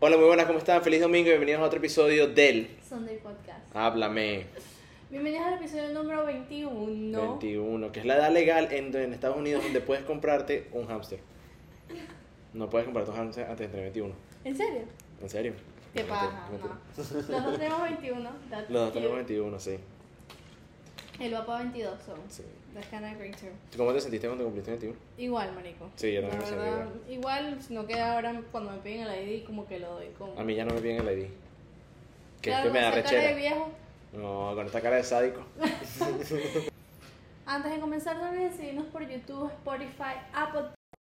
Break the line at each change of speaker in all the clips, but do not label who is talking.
Hola, muy buenas, ¿cómo están? Feliz domingo y bienvenidos a otro episodio del
Sunday Podcast.
Háblame
Bienvenidos al episodio número 21.
21, que es la edad legal en, en Estados Unidos donde puedes comprarte un hámster. No puedes comprarte un hámster antes de tener 21.
¿En serio?
¿En serio?
Qué
Mentira,
paja, no.
mentira.
Los dos tenemos 21. that's
Los dos tenemos
cute.
21, sí.
El guapo 22 son.
sí.
That's kinda great too.
¿Tú ¿Cómo te sentiste cuando cumpliste 21?
Igual, marico.
Sí, yo
La
también me
verdad,
siento
Igual, si no queda ahora cuando me piden el ID, como que lo doy como.
A mí ya no me piden el ID. Que
Claro,
esto me da
esa cara de
rechera.
viejo.
No, con esta cara de sádico.
Antes de comenzar, no olvides seguirnos por YouTube, Spotify, Apple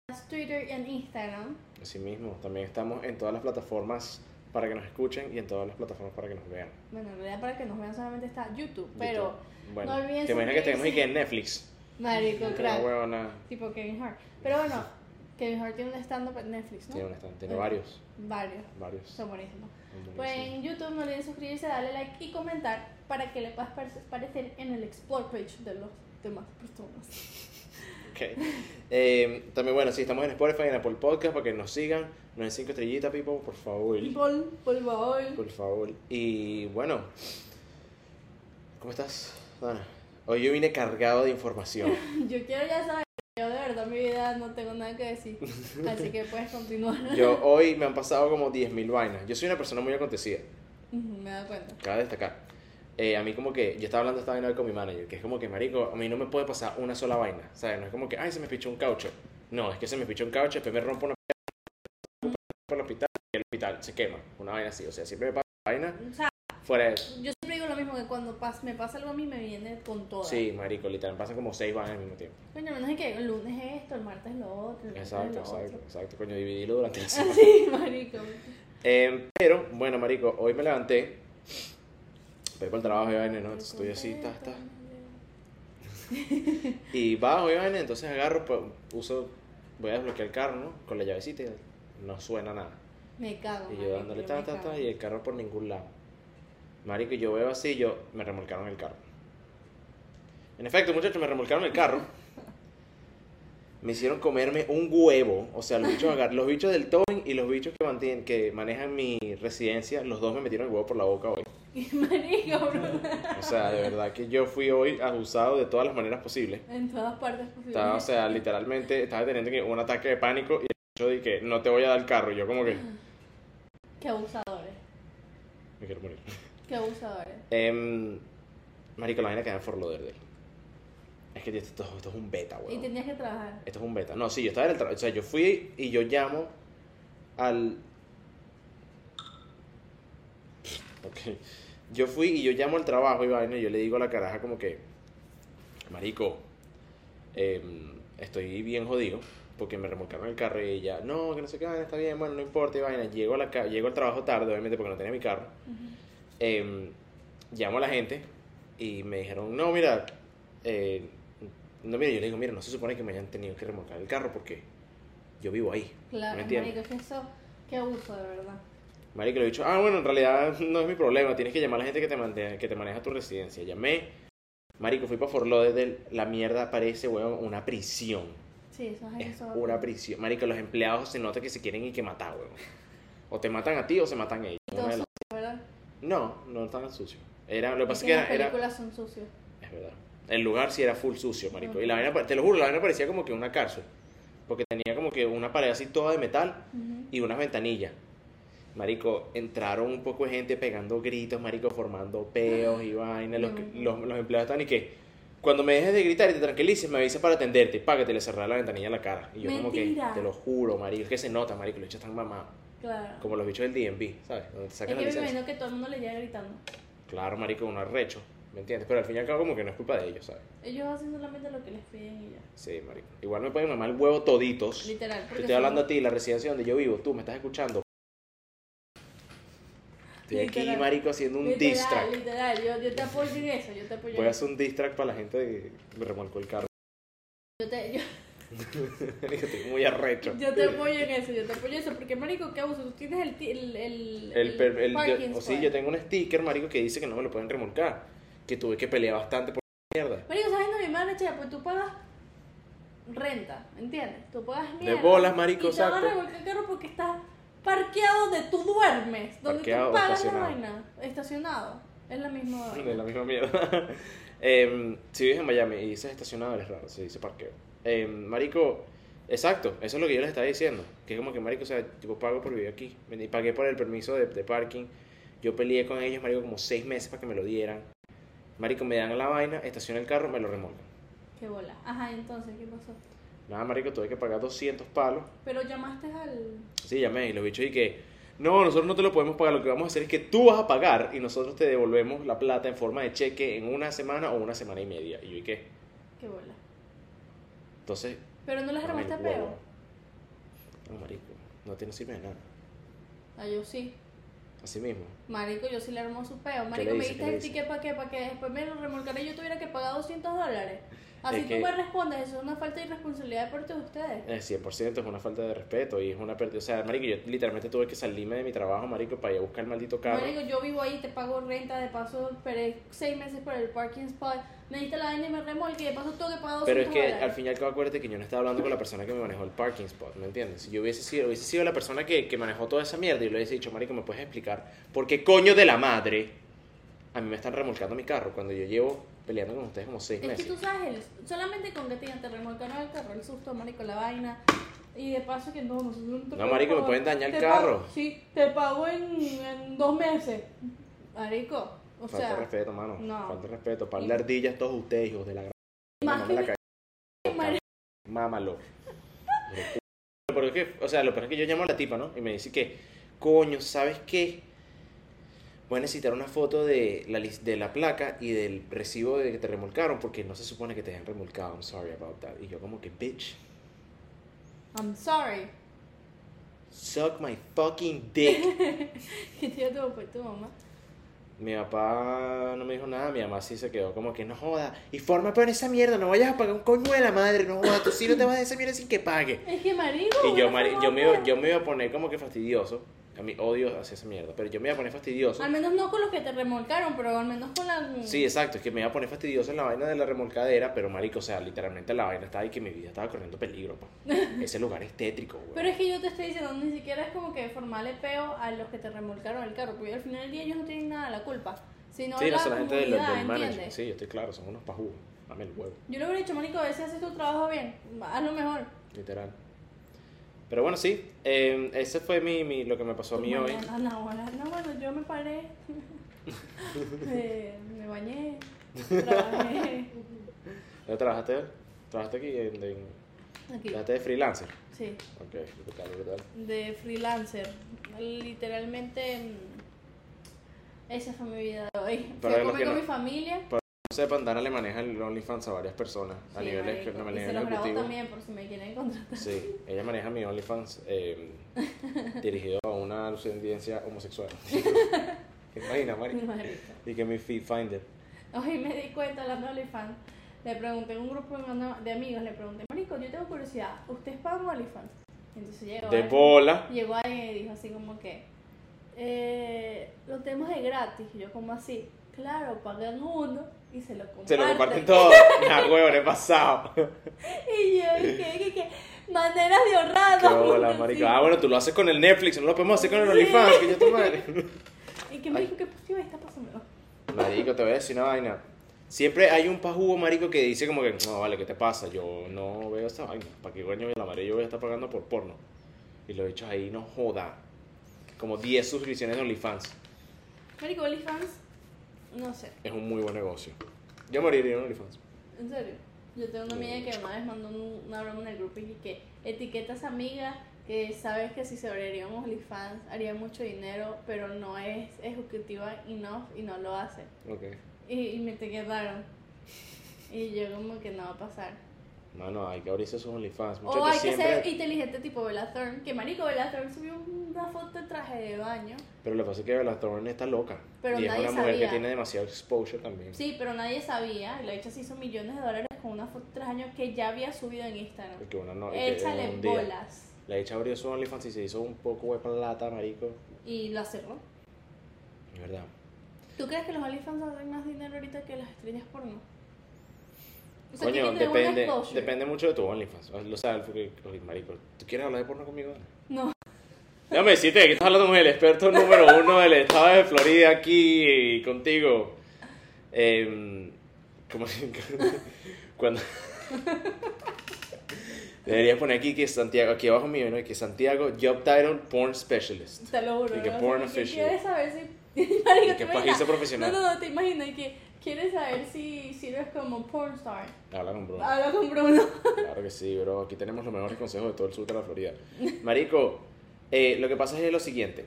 Podcasts, Twitter y en Instagram.
Así mismo, también estamos en todas las plataformas para que nos escuchen y en todas las plataformas para que nos vean.
Bueno, en realidad para que nos vean solamente está YouTube, pero
YouTube. bueno,
no olviden
te imaginas que tenemos y
suscribirse.
que en Netflix.
marico, crack.
Una huevona.
Tipo Kevin Hart. Pero bueno, Kevin Hart tiene un stand-up en Netflix, ¿no?
Tiene, un stand, tiene
Bueno.
varios,
Varios.
varios.
Son buenísimos.
Buenísimo.
Pues en YouTube no olviden suscribirse, darle like y comentar para que le puedas par- aparecer en el explore page de los demás personas.
Ok. Eh, también, bueno, sí, estamos en Spotify, en Apple Podcast, para que nos sigan. Nos den 5 estrellitas, people, por favor.
Por, por favor.
Por favor. Y bueno, ¿cómo estás, Dana? Hoy yo vine cargado de información.
Yo quiero ya saber. Yo de verdad mi vida no tengo nada que decir. Así que puedes continuar.
Yo hoy me han pasado como 10.000 vainas. Yo soy una persona muy acontecida.
Ujú, Me da cuenta.
Cabe destacar. Eh, a mí como que, yo estaba hablando esta vaina hoy con mi manager, que es como que, marico, a mí no me puede pasar una sola vaina, ¿sabes? No es como que, ay, se me pichó un caucho. No, es que se me pichó un caucho, después me rompo una por el hospital, y el hospital se quema. Una vaina así, o sea, siempre me pasa vaina
O sea,
fuera de...
yo siempre digo lo mismo que cuando pas- me pasa algo a mí me viene con todo.
Sí, marico, literal, me pasan como seis vainas al mismo tiempo.
Coño, menos que el lunes es esto, el martes es lo otro. el miércoles
Exacto,
es lo
exacto,
otro.
exacto, coño, dividirlo durante la semana.
Así, marico.
Eh, pero, bueno, marico, hoy me levanté, voy para el trabajo y vaina, ¿no? Entonces estoy así, ta, ta. Y bajo y vaina, entonces agarro, pues, uso, voy a desbloquear el carro, ¿no? Con la llavecita, y no suena nada.
Me cago.
Y
marico,
yo dándole
me
ta, ta,
cago.
ta, y el carro por ningún lado. Marico, y yo veo así, yo, me remolcaron el carro. En efecto, muchachos, me remolcaron el carro. Me hicieron comerme un huevo, o sea, los bichos, agar- los bichos del towing y los bichos que, mantienen, que manejan mi residencia, los dos me metieron el huevo por la boca hoy.
Marico, bro.
O sea, de verdad que yo fui hoy abusado de todas las maneras posibles.
En todas partes posibles.
Estaba, o sea, literalmente estaba teniendo que un ataque de pánico y yo dije que no te voy a dar el carro. Y yo como que
Qué abusadores.
me quiero morir.
Qué abusadores.
Em, marico, la vaina queda en Fort Lauderdale. Es que esto, esto es un beta,
Y
weón.
tenías que trabajar.
Esto es un beta. No, sí, yo estaba en el trabajo. O sea, yo fui y yo llamo al... Ok. Yo fui y yo llamo al trabajo y vaina y yo le digo a la caraja como que... Marico, em, estoy bien jodido porque me remolcaron el carro y ella... No, que no sé qué, vaina, está bien, bueno, no importa y vaina. Llego, a la ca- llego al trabajo tarde, obviamente, porque no tenía mi carro.
Ujú.
Em, llamo a la gente y me dijeron, no, mira, eh, no, mira, yo le digo, mira, no se supone que me hayan tenido que remolcar el carro porque yo vivo ahí.
Claro,
¿Me entiendes?
marico, es que eso. Qué abuso, de verdad.
Marico, le he dicho, ah, bueno, en realidad no es mi problema, tienes que llamar a la gente que te, mante- que te maneja tu residencia. Llamé, Marico, fui para Fort Lauderdale, la mierda parece, weón, una prisión.
Sí, eso es
Es
eso.
una prisión. Marico, los empleados se nota que se quieren y que matar, weón. O te matan a ti o se matan ellos.
Y
Una
todo
de las-
sucio, ¿verdad?
No, no estaban sucios. Era, lo que pasa
Porque
es que
las
era- era,
películas son sucios.
Es verdad. El lugar sí era full sucio, marico.
Ujú.
Y la vaina, pa- te lo juro, la vaina parecía como que una cárcel. Porque tenía como que una pared así toda de metal
Ujú.
y unas ventanillas. Marico, entraron un poco de gente pegando gritos, marico, formando peos y vainas. Los, que-
No.
los, los empleados están y que, cuando me dejes de gritar y te tranquilices, me avisas para atenderte. Y pa, que te le cerré la ventanilla a la cara. Y yo como
Mentira.
que, te lo juro, marico, es que se nota, marico, los bichos están mamados.
Claro.
Como los bichos del DMV, ¿sabes? Donde te
Es
sacan
que
la
me
licencia.
imagino que todo el mundo le llega gritando.
Claro, marico, uno arrecho, ¿me entiendes? Pero al fin y al cabo como que no es culpa de ellos, ¿sabes?
Ellos hacen solamente lo que les piden y ya.
Sí, marico. Igual me pueden mamar el huevo toditos. Yo
Literal. porque
estoy hablando
son-
a ti, la residencia donde yo vivo. Tú me estás escuchando. Estoy aquí,
Literal.
marico, haciendo un diss
Literal,
track.
literal. Yo, yo te apoyo en eso. Yo te apoyo
Voy
en
a
eso.
hacer un diss track para la gente que me remolcó el carro.
Yo te, yo-
Marico, estoy muy arrecho.
Yo te apoyo en eso, yo te apoyo en eso, porque marico, ¿qué abuso? Tú tienes el, ti- el, el,
El, per- el-
parking
yo- o sí,
spot.
yo tengo un sticker, marico, que dice que no me lo pueden remolcar. Que tuve que pelear bastante por esa mierda.
Marico, ¿sabes no mi manager? Pues tú pagas renta, ¿entiendes? Tú pagas mierda.
bolas, marico,
Y te van a
exacto.
revolcar el carro porque estás Parqueado donde tú duermes, donde
Parqueado o
tú pagas la
estacionado.
vaina. Estacionado. Es la misma
De
vaina.
la misma mierda. Em, si vives en Miami y dices estacionado, es raro, se dice parqueo. Em, marico, exacto, eso es lo que yo les estaba diciendo. Que es como que, marico, o sea, yo pago por vivir aquí. Y pagué por el permiso de, de parking. Yo peleé con ellos, marico, como seis meses para que me lo dieran. Marico, me dan la vaina, estaciona el carro, me lo remolcan.
Qué bola. Ajá, entonces, ¿qué pasó?
Nada, marico, tuve que pagar 200 palos.
Pero llamaste al.
Sí, llamé y los bichos y que... No, nosotros no te lo podemos pagar. Lo que vamos a hacer es que tú vas a pagar y nosotros te devolvemos la plata en forma de cheque en una semana o una semana y media. Y yo, ¿y qué?
Qué bola.
Entonces,
Pero no les
Dame el
armaste a
huevo.
peo.
No, marico, no te no sirve de nada.
Ah, yo sí.
Así mismo.
Marico, yo sí le armó su peo. Marico,
le
me
dice? ¿Qué
diste
le
el
dice?
ticket para qué, para que después me lo remolcara y yo tuviera que pagar 200 dólares. Así
Es
tú
que-
me respondes, eso es una falta de irresponsabilidad de parte de ustedes.
El 100% es una falta de respeto y es una pérdida. O sea, marico, yo literalmente tuve que salirme de mi trabajo, marico, para ir a buscar el maldito carro.
Marico, yo vivo ahí, te pago renta, de paso esperé seis meses por el parking spot, me diste la vaina y me remolque, de paso tengo que pagar 200
Pero es que
dólares.
al fin y al cabo acuérdate que yo no estaba hablando con la persona que me manejó el parking spot, ¿me entiendes? Si yo hubiese sido, hubiese sido la persona que, que manejó toda esa mierda y le hubiese dicho, marico, ¿me puedes explicar por qué coño de la madre a mí me están remolcando mi carro cuando yo llevo peleando con ustedes como seis
Es que
meses?
tú sabes, el- solamente con que te digan, te remolcaron el carro, el susto, marico, la vaina. Y de paso que no, nosotros no te
No,
podemos
marico, me
pagar.
pueden dañar el
Te pago-
carro.
sí, te pago en, en dos meses. Marico, o
Falta de
sea,
respeto, mano.
no.
Falta de respeto. Para
Y-
de ardillas todos ustedes, hijos de la gran...
más
mamá
que
la
me-
cagué.
marico,
mámalo. Pero es que, o sea, lo peor es que yo llamo a la tipa, ¿no? Y me dice que, coño, ¿sabes qué? Voy a necesitar una foto de la, lis- de la placa y del recibo de que te remolcaron porque no se supone que te hayan remolcado. I'm sorry about that. Y yo como que, bitch,
I'm sorry.
suck my fucking dick.
Que tío te fue tu mamá.
mi papá no me dijo nada, mi mamá sí se quedó como que, no joda, y forma por esa mierda, no vayas a pagar un coño de la madre, no joda, tú sí no te vas de esa mierda sin que pague.
Es que marico.
Y yo,
una
mari-
forma
yo, me iba,
de-
yo me iba a poner como que fastidioso. A mí odio hacer esa mierda, pero yo me iba a poner fastidioso.
Al menos no con los que te remolcaron, pero al menos con la.
Sí, exacto, es que me iba a poner fastidioso en la vaina de la remolcadera, pero marico, o sea, literalmente la vaina estaba ahí que mi vida estaba corriendo peligro, pa. Ese lugar es tétrico, güey.
Pero es que yo te estoy diciendo, ni siquiera es como que formarle peo a los que te remolcaron el carro, porque al final del día ellos no tienen nada de la culpa. Sino
Sí,
la
no sé, la gente del,
comunidad,
del management,
¿entiendes?
sí, yo estoy claro, son unos pajudos. Dame el huevo,
Yo le hubiera dicho, marico, a veces haces tu trabajo bien, haz lo mejor.
literal. Pero bueno, sí, eh, ese fue mi, mi- lo que me pasó a mí hoy.
Mañana, No, hola. no, bueno, yo me paré, Eh, me bañé, trabajé.
¿Ya trabajaste? ¿Trabajaste aquí? En, en-
Aquí,
¿Trabajaste de freelancer?
sí,
Ok, brutal, brutal.
de freelancer. Literalmente, mm, esa fue mi vida de hoy. Fui
Para
a
los
comer
que
con
no-
mi familia.
No sepan, Dana le maneja el OnlyFans a varias personas a
Sí,
nivel
marico.
eje- a
Y
nivel
se los grabo
ejecutivo.
también por si me quieren contratar.
Sí, ella maneja mi OnlyFans eh, dirigido a una ascendencia homosexual. ¿Te imaginas, Mari?
Marico.
Y que mi feed finder.
Hoy me di cuenta hablando de OnlyFans. Le pregunté a un grupo de mano- de amigos, le pregunté, Marico, yo tengo curiosidad, ¿ustedes pagan OnlyFans? Entonces llegó,
De
alguien,
bola.
llegó alguien y dijo así como que, eh, lo tenemos de gratis. Y yo como así, claro, pagan uno y se lo comparten.
Se lo comparten todo. La huevo, he pasado.
Y yo dije, que, que, maneras de ahorrar.
Qué bola,
así.
marico. Ah, bueno, tú lo haces con el Netflix, no lo podemos hacer con el
Sí.
OnlyFans, que yo tu madre.
Y que me dijo, ¿qué posible está pasando?
Marico, te voy a decir una vaina. Siempre hay un pajugo, marico, que dice como que, no, vale, ¿qué te pasa? Yo no veo esta vaina. ¿Para qué coño la madre yo voy a estar pagando por porno? Y lo he hecho ahí, no joda. Como 10 suscripciones de OnlyFans.
Marico, OnlyFans, no sé.
Es un muy buen negocio. Yo moriría en OnlyFans.
En serio. Yo tengo una amiga que una vez mandó un- una broma en el grupo y que etiquetas amiga que sabes que si se abriría un OnlyFans haría mucho dinero, pero no es ejecutiva enough y no lo hace.
Ok.
Y, y me etiquetaron. Y yo como que no va a pasar.
Mano, hay que abrirse sus OnlyFans.
O
Muchachos,
Oh, hay que
siempre.
ser inteligente tipo Bella Thorne, que marico Bella Thorne subió una foto de traje de baño.
Pero lo que pasa es que Bella Thorne está loca.
Pero
y es
nadie
una mujer
sabía.
que tiene demasiado exposure también.
Sí, pero nadie sabía. Y la hecha se hizo millones de dólares con una foto de traje de baño que ya había subido en Instagram.
Y que una no, y que en
Échale
un día-
bolas.
La hecha abrió su OnlyFans y se hizo un poco de plata, marico.
Y la cerró.
Es verdad.
¿Tú crees que los OnlyFans hacen más dinero ahorita que las estrellas porno? O sea,
Coño,
tienen que tener buen
depende,
exposure.
depende mucho de tu OnlyFans. O sea, Lo sabes, porque, oye, marico, ¿tú quieres hablar de porno conmigo?
No,
Déjame decirte que aquí estás hablando con el experto número uno del estado de Florida aquí contigo. Em, ¿cómo se- Cuando... Deberías poner aquí que Santiago, aquí abajo mío, ¿no? Que Santiago, job title, porn specialist.
Te lo juro.
Y que
¿no?
porn
Como
official.
¿Quieres saber si. Marico,
Y que
¿te imaginas?
pajiza profesional.
No, no, no, te imaginas que quieres saber si sirves como porn star.
Habla con Bruno.
Habla con Bruno.
Claro que sí, bro. Aquí tenemos los mejores consejos de todo el sur de la Florida. Marico, eh, lo que pasa es lo siguiente.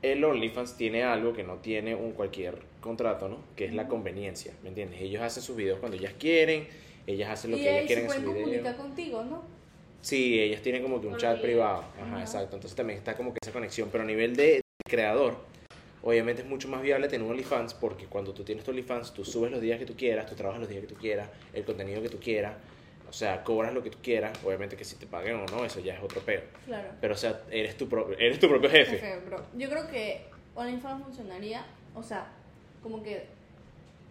El OnlyFans tiene algo que no tiene un cualquier contrato, ¿no? Que es la conveniencia, ¿me entiendes? Ellos hacen sus videos cuando ellas quieren, ellas hacen lo
y
que ellas
ahí se
quieren en
pueden
su
comunicar
video.
contigo, ¿no?
Sí, ellas tienen como que un
Por
chat
ahí.
privado. Ajá,
Ajá.
exacto. Entonces también está como que esa conexión. Pero a nivel de creador, obviamente es mucho más viable tener un OnlyFans porque cuando tú tienes tu OnlyFans, tú subes los días que tú quieras, tú trabajas los días que tú quieras, el contenido que tú quieras, o sea, cobras lo que tú quieras. Obviamente que si te paguen o no, eso ya es otro peo.
Claro.
Pero o sea, eres tu, pro- eres tu propio jefe.
Jefe, bro. Yo creo que OnlyFans funcionaría, o sea, como que.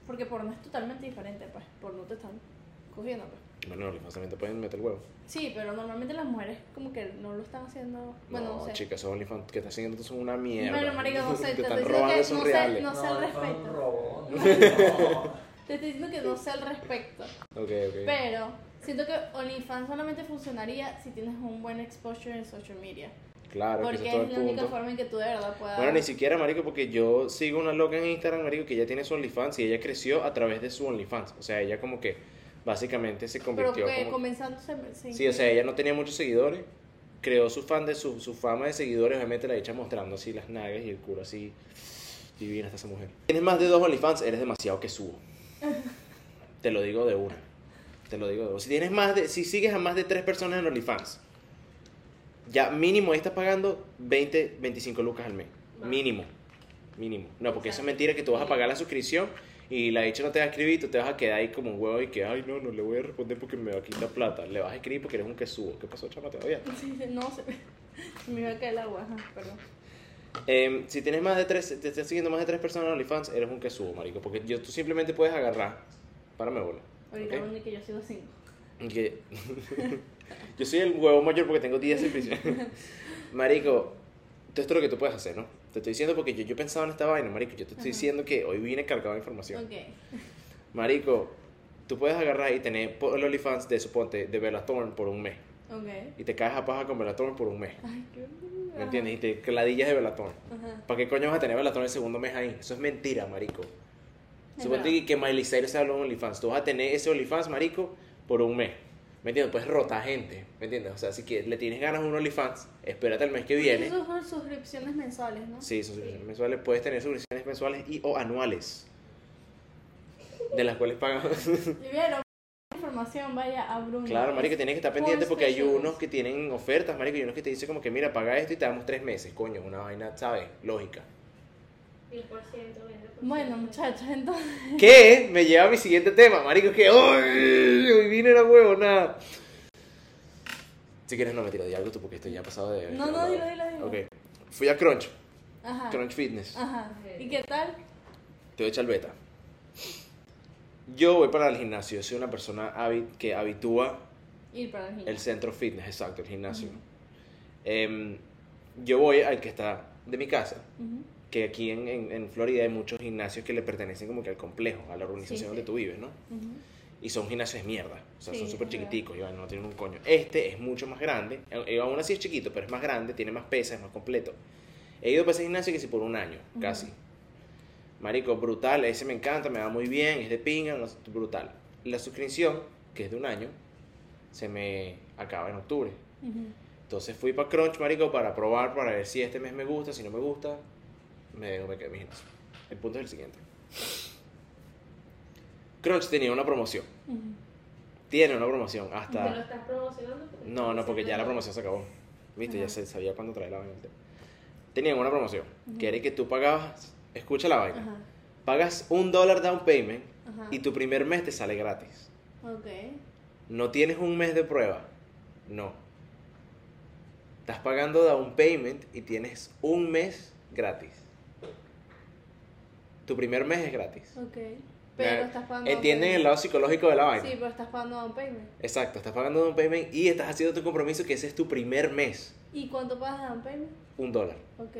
Porque porno es totalmente diferente, pues. Porno te están cogiendo, pues.
Bueno, en OnlyFans también te pueden meter el huevo.
Sí, pero normalmente las mujeres como que no lo están haciendo. Bueno, no,
no,
sé.
chicas, esos OnlyFans que estás haciendo tú son una mierda.
Bueno, marica, no sé,
te
te estoy
están
diciendo
robando,
que
son
no sé,
reales.
no sé al
eso es un
respecto.
robot,
No.
no.
Te estoy diciendo que no sé al respecto.
Ok, ok.
Pero siento que OnlyFans solamente funcionaría si tienes un buen exposure en social media.
claro, que ese
porque
es todo
es
el
la única
punto.
forma en que tú de verdad puedas.
Bueno, ni siquiera, marico, porque yo sigo una loca en Instagram, marico, que ya tiene su OnlyFans y ella creció a través de su OnlyFans. O sea, ella como que básicamente se
Pero
convirtió
que
como...
comenzando se. se-
Sí, o sea, ella no tenía muchos seguidores, creó su fan de su, su fama de seguidores, obviamente la hecha mostrando así las nagas y el culo así divina hasta esa mujer. Tienes más de dos OnlyFans, eres demasiado que subo. Te lo digo de una. Te lo digo de una. Si tienes más de, si sigues a más de tres personas en OnlyFans, ya mínimo ahí estás pagando 20, 25 lucas al mes.
Wow.
Mínimo. Mínimo. No, porque eso
Exacto.
es mentira que tú vas a pagar la suscripción y la hecha no te va a escribir, tú te vas a quedar ahí como un huevo y que, ay, no, no le voy a responder porque me va a quitar plata. Le vas a escribir porque eres un que subo. ¿Qué pasó, chama? ¿Te va bien?
Sí, sí, no, se, se me iba a caer el agua, ajá, perdón.
Em, si tienes más de tres, te estás siguiendo más de tres personas en OnlyFans, eres un que subo, marico. Porque yo, tú simplemente puedes agarrar. Párame bola.
Ahorita
¿ok?
donde que yo sigo cinco.
Y que- yo soy el huevo mayor porque tengo 10 suscripciones. marico, esto es lo que tú puedes hacer, ¿no? Te estoy diciendo porque yo, yo pensaba en esta vaina, marico. Yo te estoy
Ajá.
diciendo que hoy vine cargado de información.
Ok.
Marico, tú puedes agarrar y tener po- el OnlyFans de, suponte, de Bella Thorne por un mes.
Ok.
Y te caes a paja con Bella Thorne por un mes.
Ay, qué
¿Me entiendes? Y te cladillas de Bella Thorne.
Ajá.
¿Para qué coño vas a tener Bella Thorne el segundo mes ahí? Eso es mentira, marico.
Es
Suponte
verdad.
que Miley Cyrus sea un OnlyFans. Tú vas a tener ese OnlyFans, marico, por un mes. ¿Me entiendes? Puedes rotar gente. ¿Me entiendes? O sea, si que le tienes ganas a un OnlyFans, espérate el mes que viene.
Esos son suscripciones mensuales, ¿no?
Sí, son suscripciones mensuales. Puedes tener suscripciones mensuales y o anuales. De las cuales pagas.
Y vieron, información vaya a Bruno.
Claro, marico, tienes que estar pendiente
Porn
porque hay
specialist.
unos que tienen ofertas, marico, y unos que te dicen como que mira, paga esto y te damos tres meses, coño, una vaina, ¿sabes? Lógica.
10%, 20%.
Bueno, muchachos, entonces.
Que me lleva a mi siguiente tema, marico, que ¡ay! hoy vino la huevonada. Si quieres no me tiro de algo tú porque esto ya ha pasado de...
No, no, dilo, dilo, Ah. dilo.
Ok. Fui a Crunch,
Ajá.
Crunch Fitness.
Ajá. ¿Y qué tal?
Te voy a echar beta. Yo voy para el gimnasio, yo soy una persona habi- que habitúa
Ir para el gimnasio.
el centro fitness, exacto, el gimnasio.
Ujú.
Em, yo voy al que está de mi casa,
Ujú.
que aquí en, en- en Florida hay muchos gimnasios que le pertenecen como que al complejo, a la organización
Sí, sí.
donde tú vives, ¿no?
Ujú.
Y son gimnasios de mierda. O sea,
Sí,
son súper
es verdad.
chiquiticos y bueno, no tienen un coño. Este es mucho más grande. eh, Aún así es chiquito, pero es más grande, tiene más pesas, es más completo. He ido para ese gimnasio que sí por un año,
Ujú.
casi. Marico, brutal. Ese me encanta, me va muy bien, es de pinga, no sé, brutal. La suscripción, que es de un año, se me acaba en octubre.
Ujú.
Entonces fui para Crunch, marico, para probar, para ver si este mes me gusta, si no me gusta, me me quedé en mi gimnasio. El punto es el siguiente. Crunch tenía una promoción.
Ujú.
Tiene una promoción
¿Te lo
hasta...
estás promocionando?
No, no, porque ya la promoción se acabó. Viste, ya
Ajá.
se sabía cuándo traer la vaina. Tenían una promoción,
Ujú.
que era que tú pagabas, escucha la vaina,
Ajá.
pagas un dólar down payment
Ajá.
y tu primer mes te sale gratis.
Ok.
¿No tienes un mes de prueba? No. Estás pagando down payment y tienes un mes gratis. Tu primer mes es gratis.
Ok. Pero
Ya,
estás pagando. down
Entienden eh, el
payment.
lado psicológico de la vaina.
Sí, pero estás pagando down payment.
Exacto, estás pagando down payment y estás haciendo tu compromiso que ese es tu primer mes.
¿Y cuánto pagas de down payment?
Un dólar.
Ok.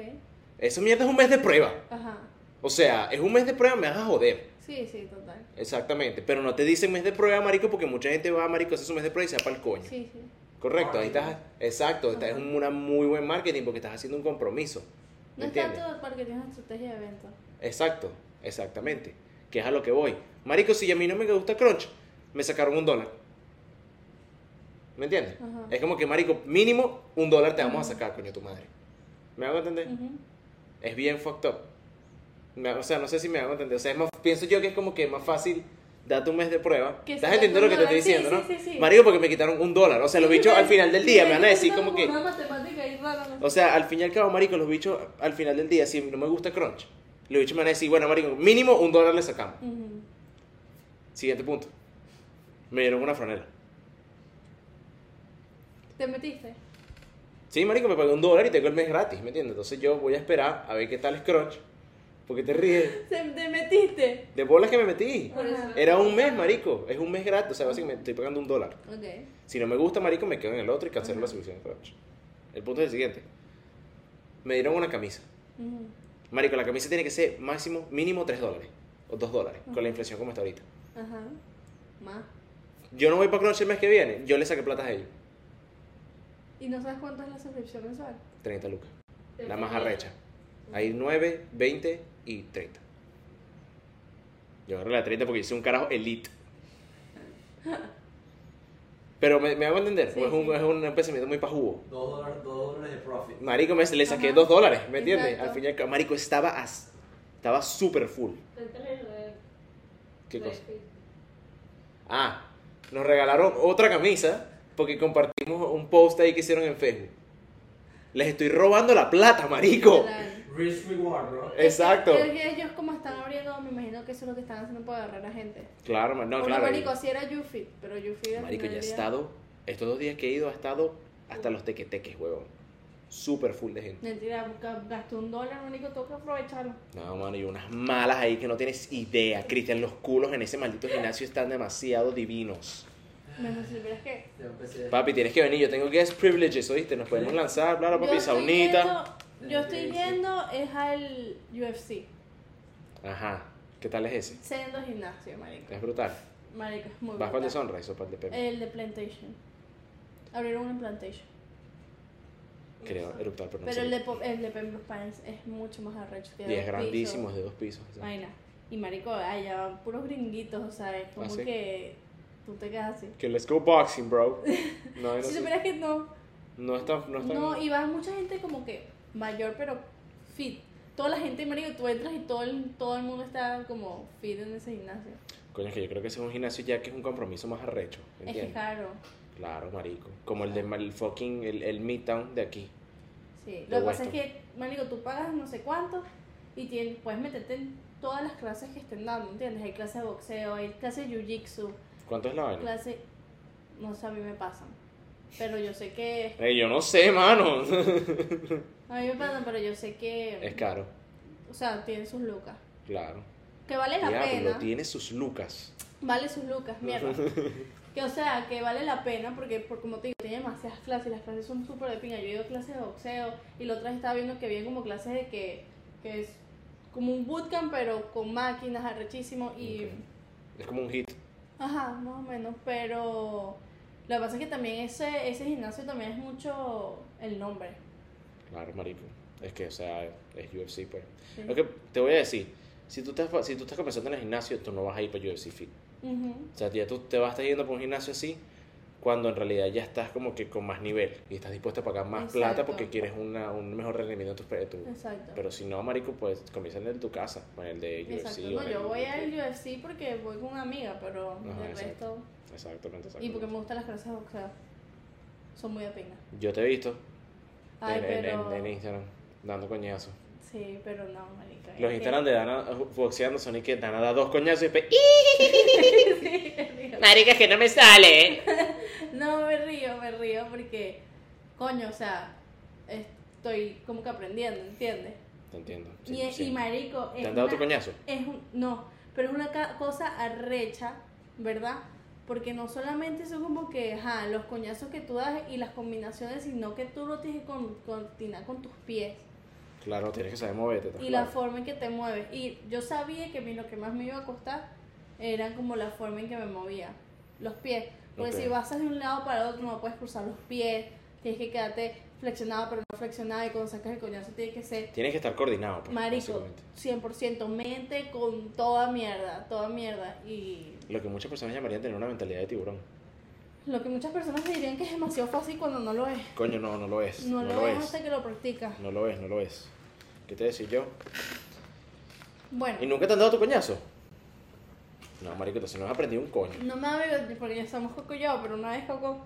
Esa mierda es un mes de prueba.
Ajá.
O sea, es un mes de prueba, me vas a joder.
Sí, sí, total.
Exactamente. Pero no te dicen mes de prueba, marico, porque mucha gente va, marico, hace su mes de prueba y se va para el coño.
Sí, sí.
Correcto, ahí estás. Exacto, esta es
Ajá.
una muy buen marketing porque estás haciendo un compromiso. ¿Me
No es
entiendes?
tanto porque tienes una estrategia de venta.
Exacto, exactamente. Que es a lo que voy. Marico, si a mí no me gusta Crunch, me sacaron un dólar. ¿Me entiendes?
Ajá.
Es como que, marico, mínimo un dólar te vamos a sacar, coño, tu madre. ¿Me hago entender?
Ujú.
Es bien fucked up. Me- o sea, no sé si me hago entender. O sea, es más, pienso yo que es como que más fácil darte un mes de prueba.
Que
¿Estás
sacarte
entendiendo lo
un
que te estoy
dólar? Sí,
diciendo, no?
sí, sí, sí.
Marico, porque me quitaron un dólar. O sea, los bichos al final del día me van a decir como que...
Una matemática ahí rara, no sé.
O sea, al fin y al cabo, marico, los bichos al final del día, si no me gusta Crunch, los bichos me van a decir, bueno, marico, mínimo un dólar le sacamos.
Ujú.
Siguiente punto. Me dieron una franela.
¿Te metiste?
Sí, marico, me pagué un dólar y tengo el mes gratis, ¿me entiendes? Entonces yo voy a esperar a ver qué tal es Crunch, porque te ríes.
¿Te, te metiste?
De bolas que me metí.
Por eso
Ajá.
Era un mes, marico. Es un mes gratis. O sea, básicamente estoy pagando un dólar.
Ok.
Si no me gusta, marico, me quedo en el otro y cancelo
Ajá.
la suscripción de Crunch. El punto es el siguiente. Me dieron una camisa.
Ujú.
Marico, la camisa tiene que ser máximo, mínimo 3 dólares. O 2 dólares. Con
Ujú.
la inflación como está ahorita.
Ajá. Más.
Yo no voy para Crunch el mes que viene. Yo le saqué plata a ellos.
¿Y no sabes cuánto es la suscripción mensual?
30 lucas.
Pero
La
qué
más
bien.
arrecha. Hay 9, 20 y 30. Yo agarré la 30 porque yo soy un carajo elite. Pero me, me hago entender.
Sí,
o es, un,
sí.
es un pensamiento muy pajugo.
Dos dólares, dos dólares de profit.
Marico, me, le saqué
Ajá.
2 dólares, ¿me entiendes?
Exacto.
Al fin y al cabo, Marico estaba, as- estaba super full.
Cuéntale lo de-
¿Qué
lo de
cosa?
Fit.
Ah, nos regalaron otra camisa porque compartimos un post ahí que hicieron en Facebook. Les estoy robando la plata, marico.
Literal.
Risk reward, bro.
Exacto.
Pero es que ellos como están abriendo, me imagino que eso es lo que están haciendo para agarrar a gente.
Claro, ma- no,
Porque,
claro.
marico, así era Yuffie, pero Yuffie era
Marico, ya he estado, estos dos días que he ido, ha estado hasta los tequeteques, huevón. Super full de gente.
Mentira, busca- gastó un dólar, único toca aprovecharlo.
No, mano, y unas malas ahí que no tienes idea. Cristian, los culos en ese maldito gimnasio están demasiado divinos.
Menos si supieras que.
Ya empecé.
Papi, tienes que venir, yo tengo guest privileges, ¿oíste? Nos podemos lanzar, claro,
Yo
papi,
estoy
saunita.
yendo- yo estoy yendo es al UFC,
Ajá, ¿qué tal es ese?
siendo gimnasio, marico.
Es brutal.
Marico, es muy
¿Vas para el de
brutal.
Sunrise o para el de Pepe?
El de Plantation. Abrieron un Plantation.
Creo, eruptar, pero no
Pero
sé.
el de, Pop- el de Pembroke Pines es mucho más arrecho.
Y es grandísimo, es de dos pisos. o sea.
Vaina. Y marico, allá van puros gringuitos, o sea, es como
¿Ah, sí?
que tú te quedas así.
Que let's go boxing, bro. No, no,
si
sé.
supieras que no,
no está... No, está
no, y va mucha gente como que mayor pero fit. Toda la gente, marico, tú entras y todo el, todo el mundo está como fit en ese gimnasio.
Coño, es que yo creo que ese es un gimnasio ya que es un compromiso más arrecho,
Es que
¿entiendes?
caro.
Claro, marico. Como el de ma- el fucking, el, el Midtown de aquí.
Sí.
De
Lo que pasa es
Weston.
que, marico, tú pagas no sé cuánto y tien- puedes meterte en todas las clases que estén dando, ¿entiendes? Hay clases de boxeo, hay clases de jiu-jitsu,
¿Cuánto es la vaina?
clases... No sé, a mí me pasan. Pero yo sé que...
Eh, yo no sé, mano.
A mí me pasan, pero yo sé que...
es caro,
O sea, tiene sus lucas.
claro.
Que vale la
Diablo,
pena.
tiene sus lucas.
Vale sus lucas, mierda. que o sea, que vale la pena porque, por, como te digo, tiene demasiadas clases y las clases son súper de pinga. Yo he ido a clases de boxeo y la otra vez estaba viendo que había como clases de que, que es como un bootcamp pero con máquinas arrechísimo y...
Ok. Es como un hit.
Ajá, más o menos, pero... Lo que pasa es que también ese, ese gimnasio también es mucho el nombre.
Claro, marico. Es que, o sea, es UFC, pues.
¿sí?
Lo que te voy a decir, si tú estás, fa- si tú estás comenzando en el gimnasio, tú no vas a ir para UFC Fit.
Ujú.
O sea, ya tú te vas a estar yendo por un gimnasio así cuando en realidad ya estás como que con más nivel y estás dispuesto a pagar más plata
Exacto.
porque quieres una, un mejor rendimiento en tus pe- tu-
Exacto.
Pero si no, marico, pues comienza en el de tu casa, con el de UFC.
Exacto,
o
no,
en el-
yo voy al UFC porque voy con una amiga, pero
Ajá,
del
exacto.
resto...
Exactamente, exactamente.
Y porque me gustan las clases de boxeo. Son muy de pinga.
Yo te he visto
Ay,
en, en-
pero...
en- en Instagram dando coñazos.
Sí, pero no, marica.
Los
es
Instagram
que-
de Dana eh, boxeando son y que Dana da dos coñazos y pe... ¡Ih!
Sí, me río.
Marica, es que no me sale. ¿eh?
no, me río, me río porque... Coño, o sea, estoy como que aprendiendo, ¿entiendes?
Te entiendo.
y,
sí,
es-
sí.
y marico...
¿Te
es
han dado tu
una-
coñazo?
es un, No, pero es una ca- cosa arrecha, ¿verdad? Porque no solamente son como que ajá, los coñazos que tú das y las combinaciones, sino que tú lo tienes que con- coordinar con tus pies
Claro, tienes que saber moverte. está
y la
Pues claro.
forma en que te mueves. Y yo sabía que a mí lo que más me iba a costar era como la forma en que me movía, los pies. Porque
Ok.
si vas de un lado para el otro no puedes cruzar los pies, tienes que quedarte flexionado pero no flexionado y cuando sacas el coñazo tiene que ser
Tienes que estar coordinado. pues,
marico,
básicamente.
100% mente con toda mierda, toda mierda. Y
Lo que muchas personas llamarían tener una mentalidad de tiburón.
lo que muchas personas dirían que es demasiado fácil cuando no lo es.
Coño, no, no lo es.
No, lo es hasta que lo practicas.
No lo es, no lo es. ¿Qué te decir yo?
Bueno,
¿Y nunca te han dado tu coñazo? No, marico, entonces no has aprendido un coño.
No me avergüenzo porque ya estamos Coco y yo, pero una vez Coco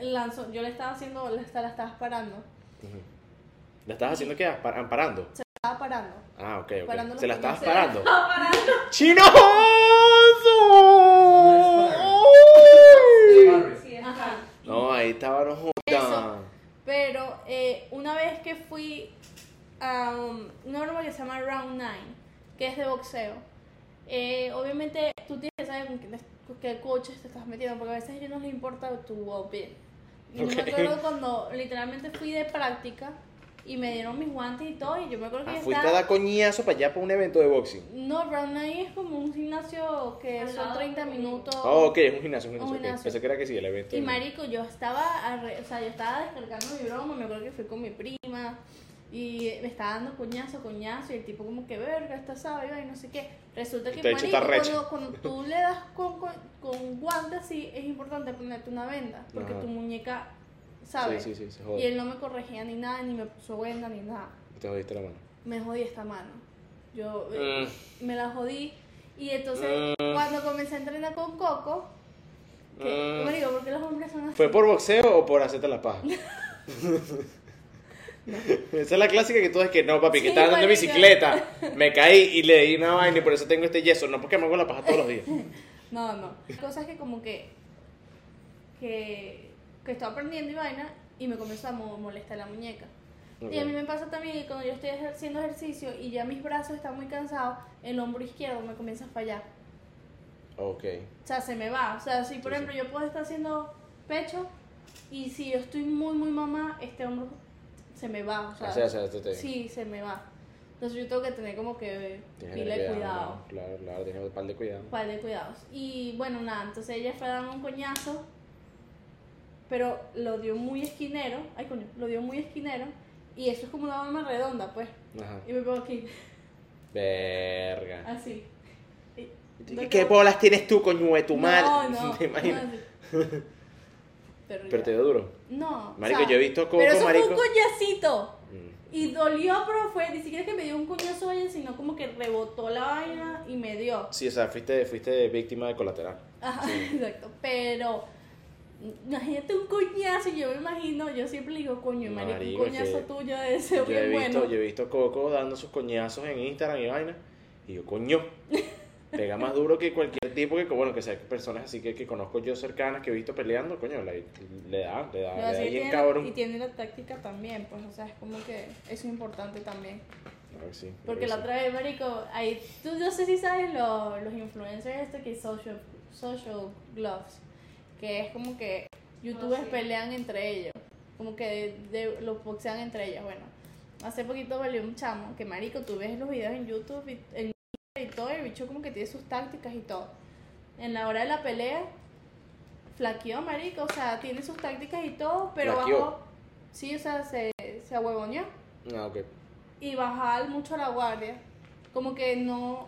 lanzó, yo le estaba haciendo, la, esta- la estaba parando,
Ujú. ¿La estabas haciendo qué? Ampar- ¿Amparando?
estaba parando.
Ah, ok,
Parando
ok. Se la
los
estabas
coñazos.
parando. ¡Chinoso!
Barry.
Sí, es
Ajá.
raro.
No, ahí estaba no Ah,
Eso.
jodan.
Pero eh, una vez que fui a um, una broma que se llama Round 9, que es de boxeo, eh, obviamente tú tienes que saber con qué, con qué coches te estás metiendo, porque a veces a ellos no les importa tu outfit. Y Yo
Ok.
me acuerdo cuando literalmente fui de práctica y me dieron mis guantes y todo, y yo me acuerdo que
Ah,
yo
fuiste a
estaba-
dar coñazo para allá para un evento de boxing.
No, Round 9 es como un gimnasio que
Al
son
lado.
30 minutos.
Oh, ok, es un gimnasio, un
Un
gimnasio. ok.
gimnasio.
Pensé que era que sí, el evento.
Y marico, yo estaba, arre- o sea, yo estaba descargando mi broma, me acuerdo que fui con mi prima y me estaba dando coñazo, coñazo y el tipo como que verga, está sábado y no sé qué. Resulta que
Te ha hecho esta recha.
cuando, cuando tú le das con, con, con guantes sí es importante ponerte una venda porque
Ajá.
tu muñeca sabe.
Sí, sí, sí, se
Y
jode.
él no me corregía ni nada, ni me puso venda ni nada.
Te jodiste la mano.
Me jodí esta mano. Yo eh,
Mm.
me la jodí. Y entonces, cuando comencé a entrenar con Coco, que,
Mm.
marico, porque los hombres son así.
¿Fue por boxeo o por hacerte la paja? Esa es la clásica que tú dices que no, papi, que
Sí,
estaba andando en
marica.
bicicleta, me caí y le di una vaina y por eso tengo este yeso. No porque me hago la paja todos los días.
No, no. Cosas que como que, que, que estoy aprendiendo y vaina, y me comenzó a mo- molestar la muñeca. Y a mí me pasa también que cuando yo estoy ejer- haciendo ejercicio y ya mis brazos están muy cansados, el hombro izquierdo me comienza a fallar.
Ok.
O sea, se me va. O sea, si por
Sí,
ejemplo yo puedo estar haciendo pecho y si yo estoy muy, muy mamá, este hombro se me va. O sea,
O sea, o sea, esto te-
sí, se me va. Entonces yo tengo que tener como que
tienes que
pila de
tener
cuidado.
¿no? Claro, claro, tienes un par de cuidado.
Par de cuidados. Y bueno, nada, entonces ella fue a darme un coñazo, pero lo dio muy esquinero. Ay, coño, lo dio muy esquinero. Y eso es como una bomba redonda, pues.
Ajá.
Y me pongo aquí,
Verga.
así. Y-
¿Y ¿Qué bolas tienes tú, coño de tu madre?
No, no.
¿Te imaginas?
no, así. Terrible.
Pero te dio duro.
No.
Marico, yo he visto como,
Pero eso
marico-
fue un coñacito.
Mm.
Y dolió, pero fue, ni siquiera es que me dio un coñazo ella, sino como que rebotó la vaina y me dio.
Sí, o sea, fuiste, fuiste víctima de colateral.
Ajá, exacto. Pero imagínate un coñazo, yo me imagino, yo siempre le digo, coño,
No,
marico,
marico,
un coñazo
que
tuyo de ser
yo, he
bien
visto,
bueno.
yo he visto Coco dando sus coñazos en Instagram y vaina. Y yo, coño, pega más duro que cualquier tipo que, bueno, que sea personas así que, que conozco yo cercanas que he visto peleando, coño, la- le da, le da,
Pero
le
así
da
que
bien
tiene-
cabrón.
y tiene la táctica también, pues, o sea, es como que eso es importante también.
Claro que sí, claro
Porque
que
la
sí.
otra vez, marico, ahí, tú no sé si sabes lo- los influencers estos que social, social gloves, que es como que youtubers
Ah, sí.
pelean entre ellos, como que de, de- los boxean entre ellos, bueno. Hace poquito valió un chamo, que marico, tú ves los videos en YouTube y, en Instagram y todo, el bicho como que tiene sus tácticas y todo. En la hora de la pelea, flaqueó, marico, o sea, tiene sus tácticas y todo, pero
Flaqueó.
bajó, sí, o sea, se, se ahuevoneó
Ah, ok.
y bajar mucho la guardia. Como que no,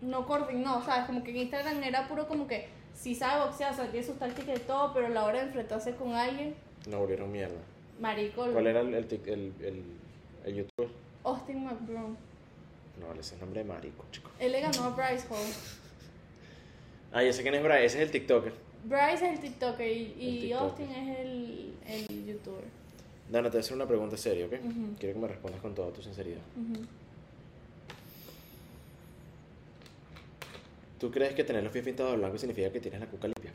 no coordinó, ¿sabes? Como que en Instagram era puro como que si sabe boxear, o sea, tiene sus tácticas y todo, pero a la hora de enfrentarse con alguien,
Nos volvieron mierda.
marico,
¿Cuál era el, el, tic- el, el- el youtuber?
Austin McBroom.
No, vale, ese es nombre de marico, chico.
Él le ganó a Bryce Hall.
Ah, ya sé quién es Brian, ese es el TikToker.
Bryce es el TikToker y, y
El TikToker.
Austin es el, el YouTuber.
Dana, te voy a hacer una pregunta seria, ¿ok?
Ujú.
Quiero que me respondas con toda tu sinceridad.
Ujú.
¿Tú crees que tener los pies pintados de blanco significa que tienes la cuca limpia?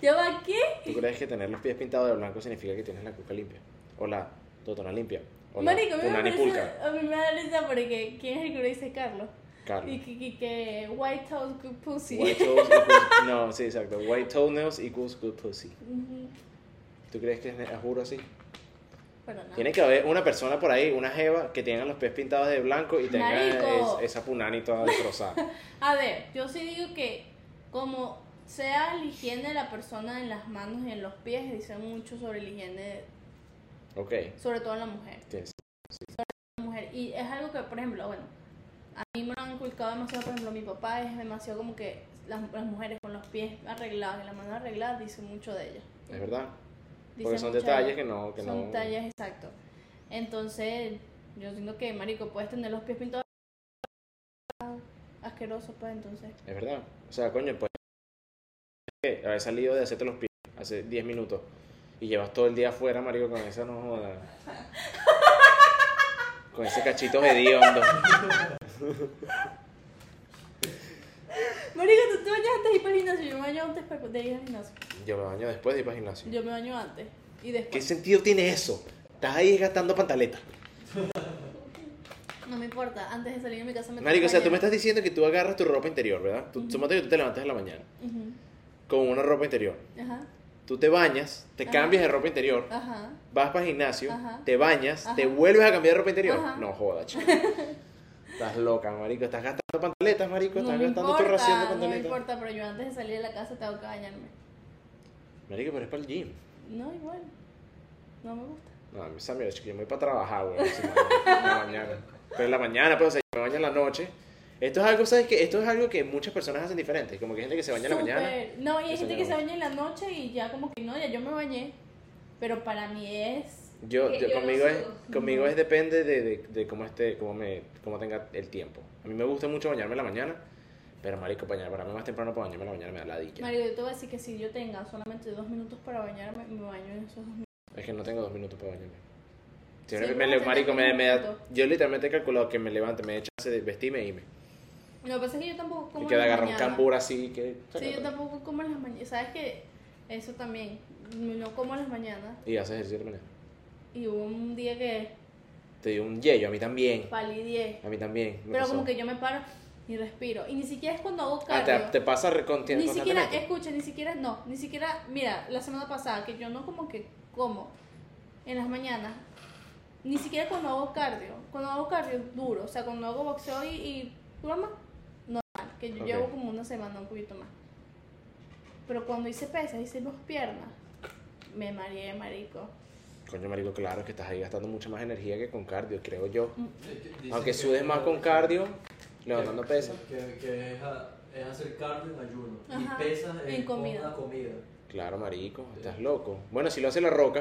¿Ya va qué?
¿Tú crees que tener los pies pintados de blanco significa que tienes la cuca limpia? O la totona limpia. O
Marico, a
la
mí, me
punani
parece,
pulca.
a mí me da risa porque ¿quién es el que lo dice Carlos?
Carlos.
Y que, que- que white toes good pussy.
White toes equals- No, sí, exacto. White toenails equals good pussy.
Ujú,
¿Tú crees que es ne- juro así?
Pero no.
Tiene que haber una persona por ahí, una jeva, que tenga los pies pintados de blanco y tenga
Marico.
es- esa punani toda destrozada.
A ver, yo sí digo que como sea la higiene de la persona en las manos y en los pies, dice mucho sobre la higiene,
ok.
sobre todo en la mujer.
Tienes-
la mujer. Y es algo que, por ejemplo, bueno, a mí me lo han inculcado demasiado, por ejemplo, mi papá es demasiado como que las, las mujeres con los pies arreglados y las manos arregladas dice mucho de ellas.
Es verdad.
Dice
Porque son
mucho de
detalles
ellas.
que no. Que
Son
no...
tallas, exacto. Entonces, yo siento que, marico, puedes tener los pies pintados asqueroso, pues entonces.
Es verdad. O sea, coño, pues. ¿qué? Haber salido de hacerte los pies hace 10 minutos y llevas todo el día afuera, marico, con esa no joda. Con ese cachito hediondo.
Marico, tú te bañas antes de ir para el gimnasio, yo me baño antes para- de ir al gimnasio.
Yo me baño después de ir para el gimnasio.
Yo me baño antes y
¿Qué
después.
sentido tiene eso? Estás ahí gastando pantaleta.
No me importa, antes de salir de mi casa me tengo
Marico,
que
o sea, tú me
bañar.
estás diciendo que tú agarras tu ropa interior, ¿verdad? Tú,
Ujú.
Suponte que tú te levantas en la mañana
Ujú,
con una ropa interior.
Ajá,
Tú te bañas, te
Ajá.
cambias de ropa interior,
ajá.
vas para el gimnasio,
Ajá.
te bañas, te
Ajá.
vuelves a cambiar de ropa interior.
Ajá.
No jodas, chico. estás loca, marico. Estás gastando pantaletas, marico.
No
Estás
me
gastando
importa,
tu ración de
no me
pantaletas.
importa, pero yo antes de salir de la casa tengo que bañarme.
marico, pero es para el gym.
No, igual. No me gusta.
No, mi Samir, chico, yo me voy para trabajar, güey. si no, en la mañana. Pero en la mañana, pues, o sea, yo me baño en la noche. Esto es algo, ¿sabes qué? Esto es algo que muchas personas hacen diferente. Como que hay gente que se baña en la
Súper.
mañana.
No, y hay
Eso
gente
ya
que
no.
se baña en la noche y ya como que no, ya yo me bañé. Pero para mí es.
Yo,
Que
yo-
yo no
conmigo, es,
sudo.
conmigo
Ujú.
es depende de, de, de cómo esté, cómo me, cómo tenga el tiempo. A mí me gusta mucho bañarme en la mañana, pero marico, bañar- para mí más temprano para bañarme en la mañana me da ladilla.
Mario, yo te voy a decir que si yo tenga solamente dos minutos para bañarme, me baño en esos dos minutos.
Es que no tengo dos minutos para bañarme.
Sí,
Siempre me
¿cómo
le-
te
marico,
metes
me,
un
me da-
minuto?
yo literalmente he calculado que me levante, me dé chance de vestirme y me.
Lo que pasa es que yo tampoco como.
Y
en
que
las
agarrar un
mañanas.
cambur así que.
Sí, yo tampoco como en las mañanas. ¿Sabes que Eso también. No como en las mañanas.
Y haces ejercicio de mañana.
Y hubo un día que
Te dio un yello, a mí también.
palideé.
A mí también. me
Pero
pasó.
como que yo me paro y respiro. Y ni siquiera es cuando hago
Ah,
cardio.
te, te pasa re- conti-
Ni siquiera,
constantemente.
escucha, ni siquiera, no, ni siquiera, mira, la semana pasada que yo no como que como en las mañanas, ni siquiera cuando hago cardio, cuando hago cardio duro, o sea, cuando hago boxeo y, y broma, normal, que yo
Ok.
llevo como una semana, un poquito más. Pero cuando hice pesas, hice dos piernas, me mareé, marico.
Coño, marico, claro que estás ahí gastando mucha más energía que con cardio, creo yo.
Mm.
Dicen
Aunque
que-
sudes más con cardio, levantando
que-
pesas.
Que, que es, a- es hacer cardio en ayuno.
Ajá,
Y pesas es
en
con
comida.
la comida.
Claro, marico, estás loco. Bueno, si lo hace La Roca.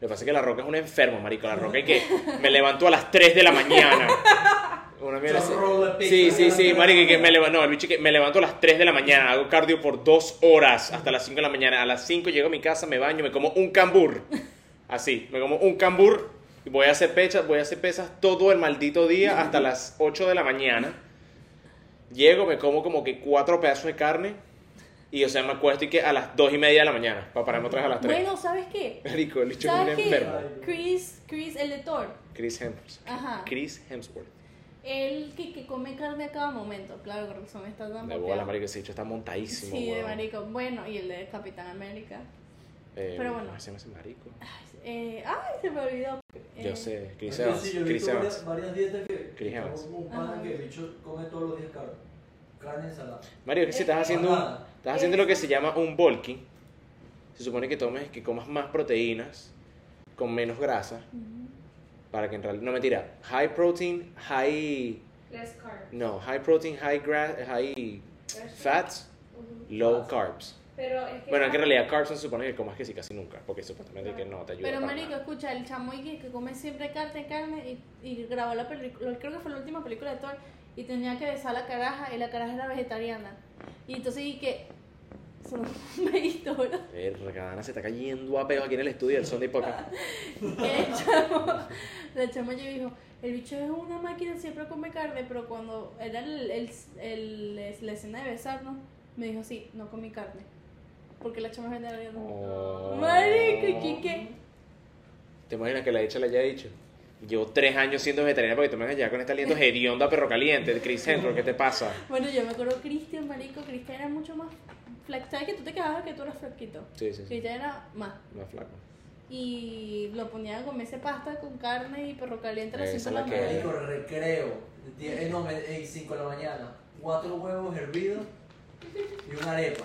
Lo que pasa es que La Roca es un enfermo, marico. La Roca es que me levantó a las 3 de la mañana. Una mierda así.
Chorro de pizza.
Sí, sí, sí, marico, y que me levantó. No, el bicho que me levanto a las 3 de la mañana. Hago cardio por 2 horas hasta las 5 de la mañana. A las 5 llego a mi casa, me baño, me como un cambur. Así, me como un cambur. Y voy a hacer pesas, voy a hacer pesas todo el maldito día hasta las 8 de la mañana. Llego, me como como que cuatro pedazos de carne. Y o sea, me acuesto y que a las dos y media de la mañana, para pararme otra vez a las tres.
Bueno, ¿sabes qué?
Marico, el bicho Este es un
¿Sabes
enfermo.
qué? Chris, Chris, el de Thor,
Chris Hemsworth.
ajá,
Chris Hemsworth.
el que, que come carne a cada momento, claro, que Roxanne está tan
De bola,
popeada.
marico, ese bicho está montadísimo,
Ah, Sí, de
weón.
marico. Bueno, y el de Capitán América.
Eh,
Pero bueno.
¿cómo Se llama ese marico.
Eh, ay, se me olvidó. Eh,
Yo sé, Chris
Yo
Evans.
sí, yo he
Chris
visto
Evans.
varias, varias dietas que.
Chris
que
Evans.
Un, un pana
Ajá.
que el bicho come todos los días carne. Carne y ensalada.
Mario, que si estás haciendo, un-
Ajá.
estás haciendo lo que se llama un bulking, se supone que tomes, que comas más proteínas con menos grasa,
ujú.
para que en realidad, no mentira, high protein, high,
Less carb.
no, high protein, high gra, high
Less
fats,
Ujú.
low carbs.
Pero es que.
Bueno, es que en realidad carbs no se supone que comas que sí casi nunca, porque supuestamente que no te ayuda.
Pero
para
marico,
nada.
escucha, el chamo y que, que come siempre carne, carne y, y grabó la película, creo que fue la última película de Thor y tenía que besar a la caraja y la caraja era vegetariana. Y entonces y que se lo y todo.
Verga, Ana se está cayendo a peo aquí en el estudio del son de Poca.
El chamo, el chamo yo dijo, el bicho es una máquina, siempre come carne, pero cuando era el, el, el- la escena de besarnos, me dijo, sí, no comí carne. Porque la chama es
Oh,
vegetariana. Marico, ¿y qué, qué?
¿Te imaginas que la hecha le haya dicho? Llevo tres años siendo vegetariana porque te me vas a llevar con esta aliento hedionda perro caliente, Chris Centro, ¿qué te pasa?
Bueno, yo me acuerdo Cristian, marico, Cristian era mucho más flaco. ¿Sabes que tú te quedabas que tú eras flaquito?
Sí, sí, sí.
Cristian era más.
Más flaco.
Y lo ponían a comerse pasta con carne y perro caliente a las
Esa es
5 de la
la que-
mañana.
Marico, recreo. 10, no, 5 de la mañana. Cuatro huevos hervidos y una arepa.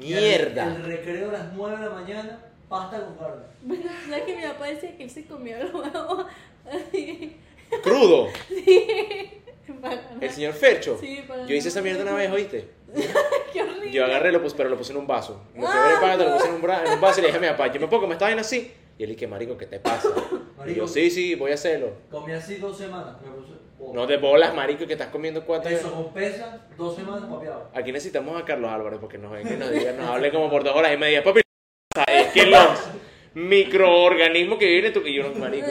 Y el- El,
¡Mierda!
recreo a las 9 de la mañana, pasta con carne.
Bueno, ¿sabes que mi papá decía que él se comió el huevo? Sí.
¡Crudo!
Para
El
nada.
señor Fercho.
Sí, para
Yo hice esa mierda una vez, ¿oíste?
Qué horrible.
Yo agarré, lo puse, pero lo puse en un vaso. Lo
Ah,
quebré para te lo
no.
puse en un, bra- en un vaso y le dije a mi papá, yo me puedo comer esta vaina así. Y él dije, marico, ¿qué te pasa? Y yo,
Marico,
sí, sí, voy a hacerlo.
comí así dos semanas. Me puse. wow.
No de bolas, marico, que estás comiendo cuatro.
Eso, con pesas, dos semanas papeado.
Aquí necesitamos a Carlos Álvarez porque nos venga y nos diga, nos hable como por dos horas y media. Papi, ¿sabes que los microorganismos que viven en tu... Y yo, marico,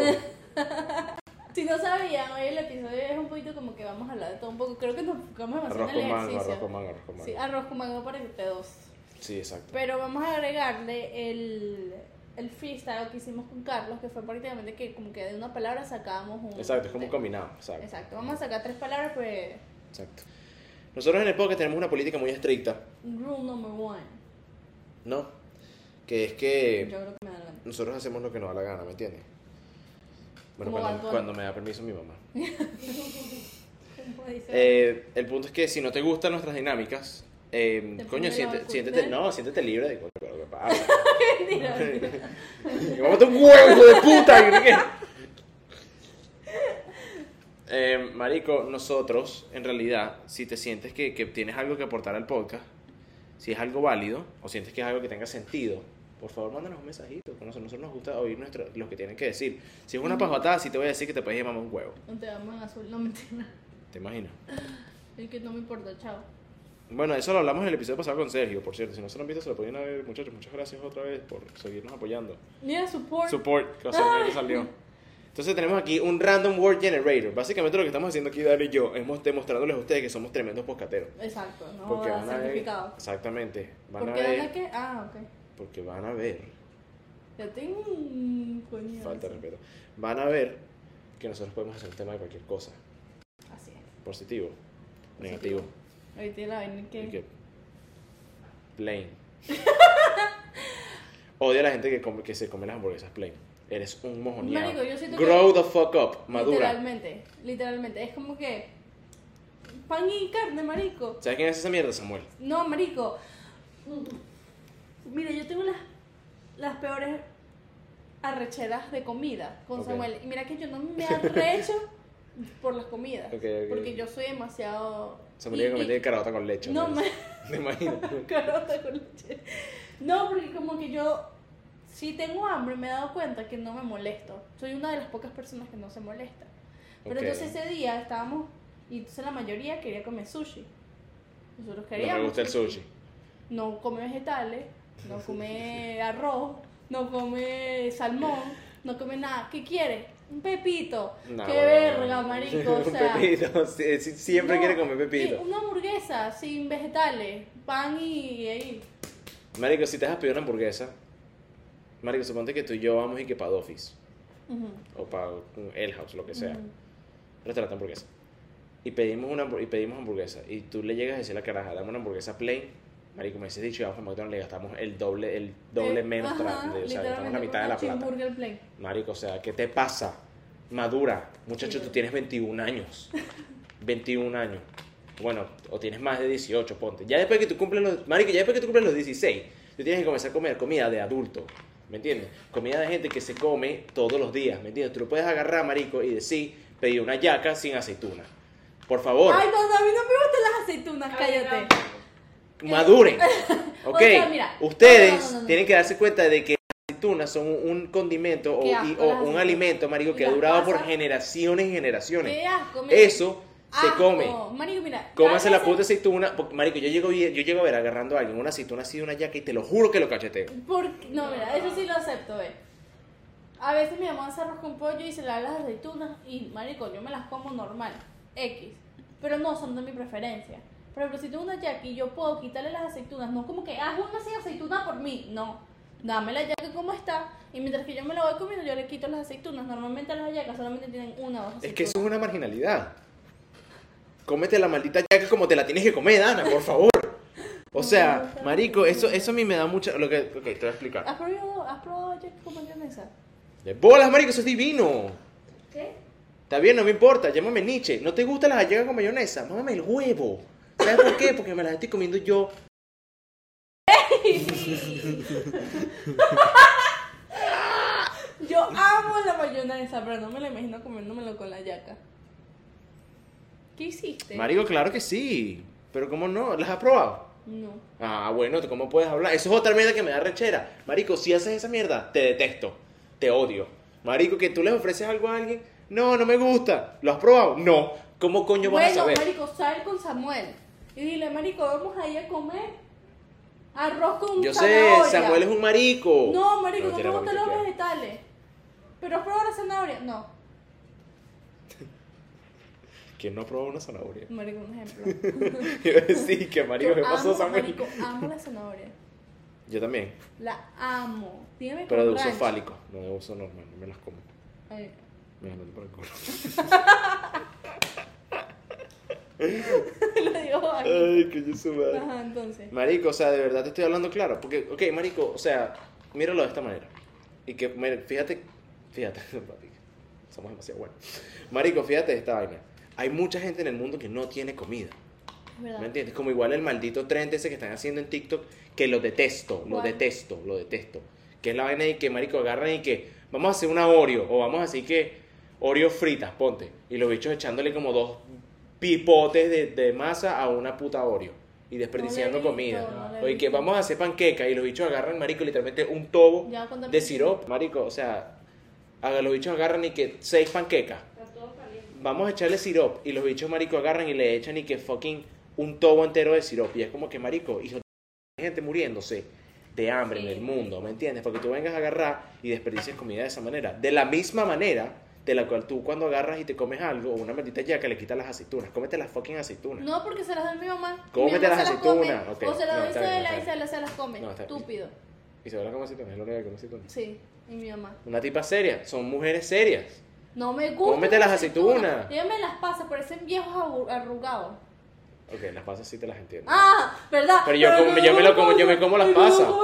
Si no sabían, hoy el episodio es un poquito como que vamos a hablar de todo un poco. Creo que nos enfocamos
arroz
demasiado
con
en el
mango, arroz
ejercicio.
con mango, arroz con
Sí,
mango.
arroz con mango para que te dos.
Sí, exacto.
Pero vamos a agregarle el, el freestyle que hicimos con Carlos, que fue prácticamente que como que de una palabra sacábamos un...
Exacto, es como un combinado. Exacto.
Exacto, vamos a sacar tres palabras, pues...
Exacto. Nosotros en el podcast tenemos una política muy estricta,
Rule number one.
¿no? Que es
Yo
que...
creo que me adelanto.
nosotros hacemos lo que nos da la gana, ¿me entiendes? Bueno,
Como Bad
cuando,
Bunny.
cuando me da permiso mi mamá.
¿Cómo dice?
Eh, el punto es que si no te gustan nuestras dinámicas, eh,
Te
coño,
pones
siente-
la
siéntete,
vacuna.
no, siéntete libre de coño, pero ¿qué pasa?
Mentira.
Y vamos a un huevo de puta. y no sé qué. Eh, marico, nosotros, en realidad, si te sientes que, que tienes algo que aportar al podcast, si es algo válido o sientes que es algo que tenga sentido, por favor, mándanos un mensajito. que A nosotros, nosotros nos gusta oír nuestro, lo que tienen que decir. Si es una pajotada, sí te voy a decir que te puedes llamar un huevo.
No te amo en azul, no mentira.
¿Te imaginas?
Es que no me importa, chao.
Bueno, eso lo hablamos en el episodio pasado con Sergio, por cierto. Si no se lo han visto, se lo pueden ir a ver. Muchachos, muchas gracias otra vez por seguirnos apoyando.
Mira, support.
Support, que básicamente salió. Entonces tenemos aquí un random word generator. Básicamente lo que estamos haciendo aquí, Dario y yo, es mos- demostrándoles a ustedes que somos tremendos poscateros.
Exacto, no da significado.
Exactamente. Van a
¿Por qué van
ver.
a qué? Ah, ok.
Porque van a ver.
Yo tengo un coño.
Falta de respeto. Van a ver que nosotros podemos hacer un tema de cualquier cosa.
Así es.
Positivo, negativo.
Ahorita la vaina
y
que.
que- Plain. Odio a la gente que, come- que se come las hamburguesas plain. Eres un mojoneado.
Marico, yo siento que-
Grow the fuck up. Madura.
Literalmente, literalmente. Es como que. Pan y carne, marico.
¿Sabes quién es esa mierda, Samuel?
No, marico. Mira, yo tengo las, las peores arrecheras de comida con
Ok.
Samuel. Y mira que yo no me arrecho por las comidas.
Ok, ok.
Porque yo soy demasiado.
Se me olvidó que
y-
me
y-
tiene carota con leche.
No,
hombre. ¿Te imaginas?
Carota con leche. No, porque como que yo, si tengo hambre, me he dado cuenta que no me molesto. Soy una de las pocas personas que no se molesta. Pero
Ok.
entonces ese día estábamos, y entonces la mayoría quería comer sushi. Nosotros
No
queríamos.
me gusta el sushi.
No come vegetales, no come arroz, no come salmón, no come nada. ¿Qué quiere? Un pepito.
No,
¡Qué
bueno,
verga,
no.
marico! O
Un
sea,
pepito. sí, sí, Siempre
no,
quiere comer
eh,
pepito.
Una hamburguesa sin vegetales, pan y ahí.
Marico, si te has pedido una hamburguesa, Marico, suponte que tú y yo vamos y que para Dofis
Ujú.
o para El House, lo que sea.
Ujú.
restaurante de hamburguesa. Y pedimos una hambur- y pedimos hamburguesa. Y tú le llegas a decir a la caraja, dame una hamburguesa plain. Marico, me dices dicho, y vamos a McDonald's, le gastamos el doble, el doble
Eh,
menos
ajá,
tra- de- O sea, gastamos la
literalmente,
mitad de la
con un
plata.
cheeseburger plain.
Marico, o sea, ¿qué te pasa? Madura. Muchacho,
Sí.
tú tienes 21 años. 21 años. Bueno, o tienes más de 18, ponte. Ya después que tú cumples los... Marico, ya después que tú cumples los 16, tú tienes que comenzar a comer comida de adulto. ¿Me entiendes? Comida de gente que se come todos los días, ¿me entiendes? Tú lo puedes agarrar, marico, y decir, pedir una yaca sin aceituna. Por favor,
Ay, no, no, a mí no me gustan las aceitunas, cállate.
maduren. ¿Ok?
sea, mira,
Ustedes
no, no, no, no, no.
tienen que darse cuenta de que las aceitunas son un, un condimento o,
Qué
y-
asco,
o
las
un
aceitunas.
alimento, marico,
Y
que ha
las
durado por
pasas.
generaciones y generaciones.
Qué asco. mira.
Eso se
Asco.
come.
Ah, oh, Marico, mira.
Cómase la
cállese.
puta aceituna. porque, marico, yo llego, vi- yo llego a ver agarrando a alguien una aceituna así de una yaca y te lo juro que lo cacheteo.
Por- No, mira, eso sí lo acepto, ve. A veces mi mamá hace arroz con pollo y se le da las aceitunas y, marico, yo me las como normal, X. Pero no son de mi preferencia. Por ejemplo, si tengo una jackie, yo puedo quitarle las aceitunas. No como que, haz una sin aceituna por mí. No. dámela ya que como está. Y mientras que yo me la voy comiendo, yo le quito las aceitunas. Normalmente las hallacas solamente tienen una o dos
Es que
aceitunas.
eso es una marginalidad. Cómete la maldita yaca como te la tienes que comer, Ana, por favor. O sea, marico, eso, eso a mí me da mucha... Lo que, ok, te voy a explicar.
¿Has probado, has probado yaca con mayonesa?
De bolas, marico, eso es divino.
¿Qué?
Está bien, no me importa, llámame Nietzsche. ¿No te gustan las gallegas con mayonesa? Mámame el huevo. ¿Sabes por qué? Porque me las estoy comiendo yo.
Yo amo la mayonesa, pero no me la imagino comiéndomelo con la yaca. ¿Qué hiciste?
Marico, claro que sí. Pero ¿cómo no? ¿Las has probado?
No.
Ah, bueno, ¿tú ¿cómo puedes hablar? Eso es otra mierda que me da rechera. Marico, si haces esa mierda, te detesto. Te odio. Marico, que tú les ofreces algo a alguien. No, no me gusta. ¿Lo has probado? No. ¿Cómo coño vas a
Bueno,
saber?
marico, sal con Samuel. Y dile, marico, vamos ahí a comer arroz con
Yo sé,
zanahoria.
Samuel es un marico.
No, marico, no,
mentira,
te gustan
marico,
los
claro.
vegetales. Pero has probado la zanahoria. No,
¿Quién no ha probado una zanahoria?
marico, un ejemplo.
sí, que marico,
Yo
¿qué pasó,
amo,
Samuel?
marico, amo la zanahoria.
Yo también.
La amo. Dígame
Pero de
con
uso
ranch.
fálico, no de uso normal, no me las como.
Ay,
Me las meto por el culo.
Lo digo aquí.
Ay, que yo su madre.
Ajá, entonces.
Marico, o sea, de verdad te estoy hablando claro. Porque, ok, marico, o sea, míralo de esta manera. Y que, mira, fíjate, fíjate, papi, somos demasiado buenos. Marico, fíjate esta vaina. Hay mucha gente en el mundo que no tiene comida.
Es verdad.
¿Me entiendes? Como igual el maldito tren ese que están haciendo en TikTok, que lo detesto, lo
¿Cuál?
detesto, lo detesto. Que es la vaina y que, marico, agarran y que vamos a hacer una Oreo, o vamos a hacer que Oreo fritas, ponte. Y los bichos echándole como dos pipotes de, de masa a una puta Oreo. Y desperdiciando
No lo he
comida.
visto, no lo he
o y que
visto.
vamos a hacer panqueca y los bichos agarran, marico, literalmente un tobo
Ya, cuéntame.
de sirope. Marico, o sea, a los bichos agarran y que seis panquecas
Está todo caliente.
vamos a echarle sirope y los bichos marico agarran y le echan y que fucking un tobo entero de sirope y es como que marico hijo de hay gente muriéndose de hambre en
Sí.
el mundo ¿me entiendes? porque tú vengas a agarrar y desperdicies comida de esa manera de la misma manera de la cual tú cuando agarras y te comes algo o una maldita yaca le quitas las aceitunas cómete las fucking aceitunas
No, porque se las da mi mamá.
Cómete
Mi mamá
las
se come.
aceitunas, ok.
O se las
No,
doy
está
a
bien, está
Isabela y
bien.
Isabela se las come.
No, está bien.
Estúpido.
y se habla como aceitunas es la única que come aceitunas
Sí, y mi mamá.
una tipa seria son mujeres serias
No me gusta.
Cómete las aceitunas.
Ella me las pasa, parecen viejos abu- arrugados.
ok las pasas sí te las entiendo
Ah, ¿verdad?
Pero yo como- yo me lo como- yo me como las
Yo
pasas.
pasas.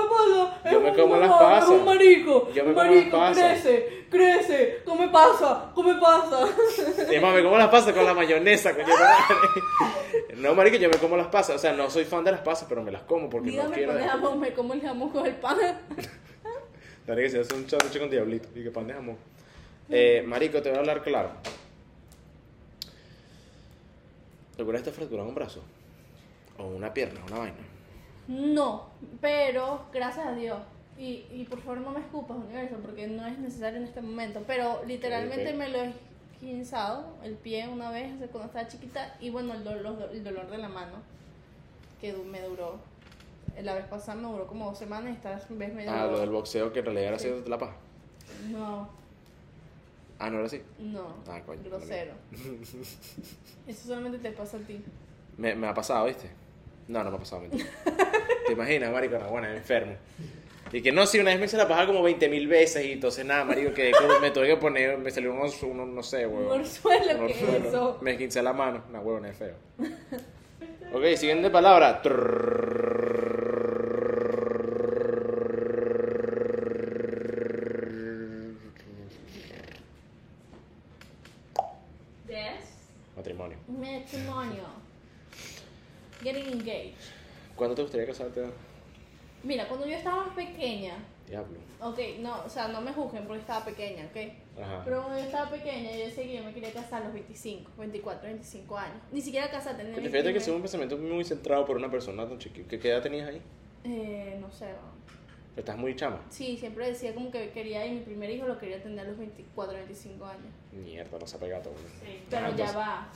Yo
Es
me
un
como las
mamá,
pasas.
Es un marico.
Yo me
un
como las
marico,
pasas.
Crece, crece. Come pasa, come pasa.
Eh, mami, ¿cómo las pasas con la mayonesa? coño de madre? No, marico, yo me como las pasas. O sea, no soy fan de las pasas, pero me las como porque no
Dígame
quiero.
con el jamón, me como el jamón con el pan.
Dale que se hace un sándwich con diablito y que pan de jamón. Eh, marico, te voy a hablar claro. ¿Alguna vez te has fracturado un brazo? O una pierna, una vaina.
No, pero gracias a Dios. Y, y por favor no me escupas, universo, porque no es necesario en este momento. Pero literalmente
Ok, ok.
me lo he esquinzado el pie una vez o sea, cuando estaba chiquita. Y bueno, el dolor, el dolor de la mano que du- me duró. La vez pasada me duró como dos semanas y esta vez me duró.
Ah, lo del boxeo que en realidad era así de la paja.
No,
Ah, no era así.
no.
Ah, coño,
grosero. Eso solamente te pasa a ti.
Me, me ha pasado, ¿viste? No, no me ha pasado, mentira. ¿Te imaginas, marico? No, bueno, enfermo. Y que no, si una vez me hice la paja como 20 mil veces y entonces nada, marico, que como me tuve que poner, me salió un orzu- uno, no sé,
Un
huevón.
orzuelo,
Un
que
orzuelo.
es eso.
Me quince la mano. No, huevón, es feo. Ok, siguiente palabra.
Yes.
Matrimonio.
Matrimonio. Getting engaged.
¿Cuándo te gustaría casarte?
Mira, cuando yo estaba más pequeña,
Diablo.
ok, no, o sea, no me juzguen porque estaba pequeña, ok.
Ajá.
Pero cuando yo estaba pequeña, yo decía que yo me quería casar a los 25, 24, 25 años. Ni siquiera casar, tenía
Coño, Fíjate que ese es
29.
un pensamiento muy centrado por una persona tan chiquita. ¿Qué, qué edad tenías ahí?
Eh, no sé. ¿no?
Estás muy chama.
Sí, siempre decía como que quería, y mi primer hijo lo quería tener a los 24, 25 años.
Mierda, no se ha pegado. boludo.
Sí.
Pero
Ah,
ya
entonces-
va.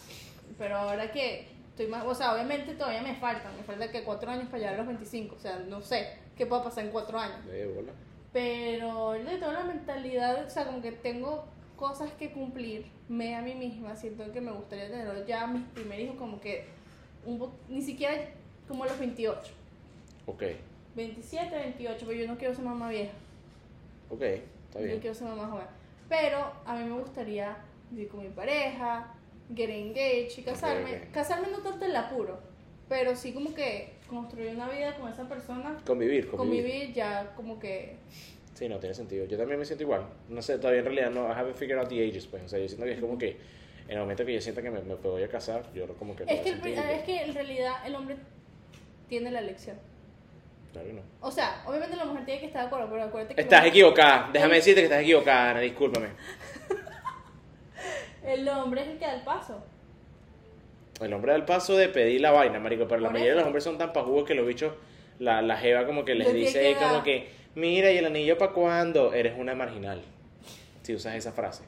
Pero ahora que estoy más, o sea, obviamente todavía me faltan, me falta que 4 años para llegar a los 25, o sea, no sé qué pueda pasar en 4 años.
De bola.
Pero yo tengo la mentalidad, o sea, como que tengo cosas que cumplir, me a mí misma, siento que me gustaría tener ya a mis primer hijo como que un po- ni siquiera como a los 28.
Ok.
27, 28, pero yo no quiero ser mamá vieja.
Ok, está
Yo
bien.
quiero ser mamá joven. Pero a mí me gustaría vivir con mi pareja, get engaged y casarme.
ok.
Casarme no tanto el apuro, pero sí como que construir una vida con esa persona.
Convivir, convivir.
Convivir ya como que...
Sí, no, tiene sentido. Yo también me siento igual. No sé, todavía en realidad no, I haven't figured out the ages, pues. O sea, yo siento que es como que en el momento que yo sienta que me, me voy a casar, yo como que...
Es que, el
el
pri- es que en realidad el hombre tiene la elección.
Claro que no.
O sea, obviamente la mujer tiene que estar de acuerdo, pero acuérdate que...
Estás
el-
equivocada. Déjame decirte que estás equivocada, Ana, discúlpame.
El hombre es el que da el paso.
El hombre da el paso de pedir la vaina, marico, pero la
Por
mayoría de
eso.
los hombres son tan pajudos que los bichos, la, la jeva como que les
Les
dice
tiene que
como
dar.
que, mira, ¿y el anillo para cuándo? Eres una marginal, si usas esa frase.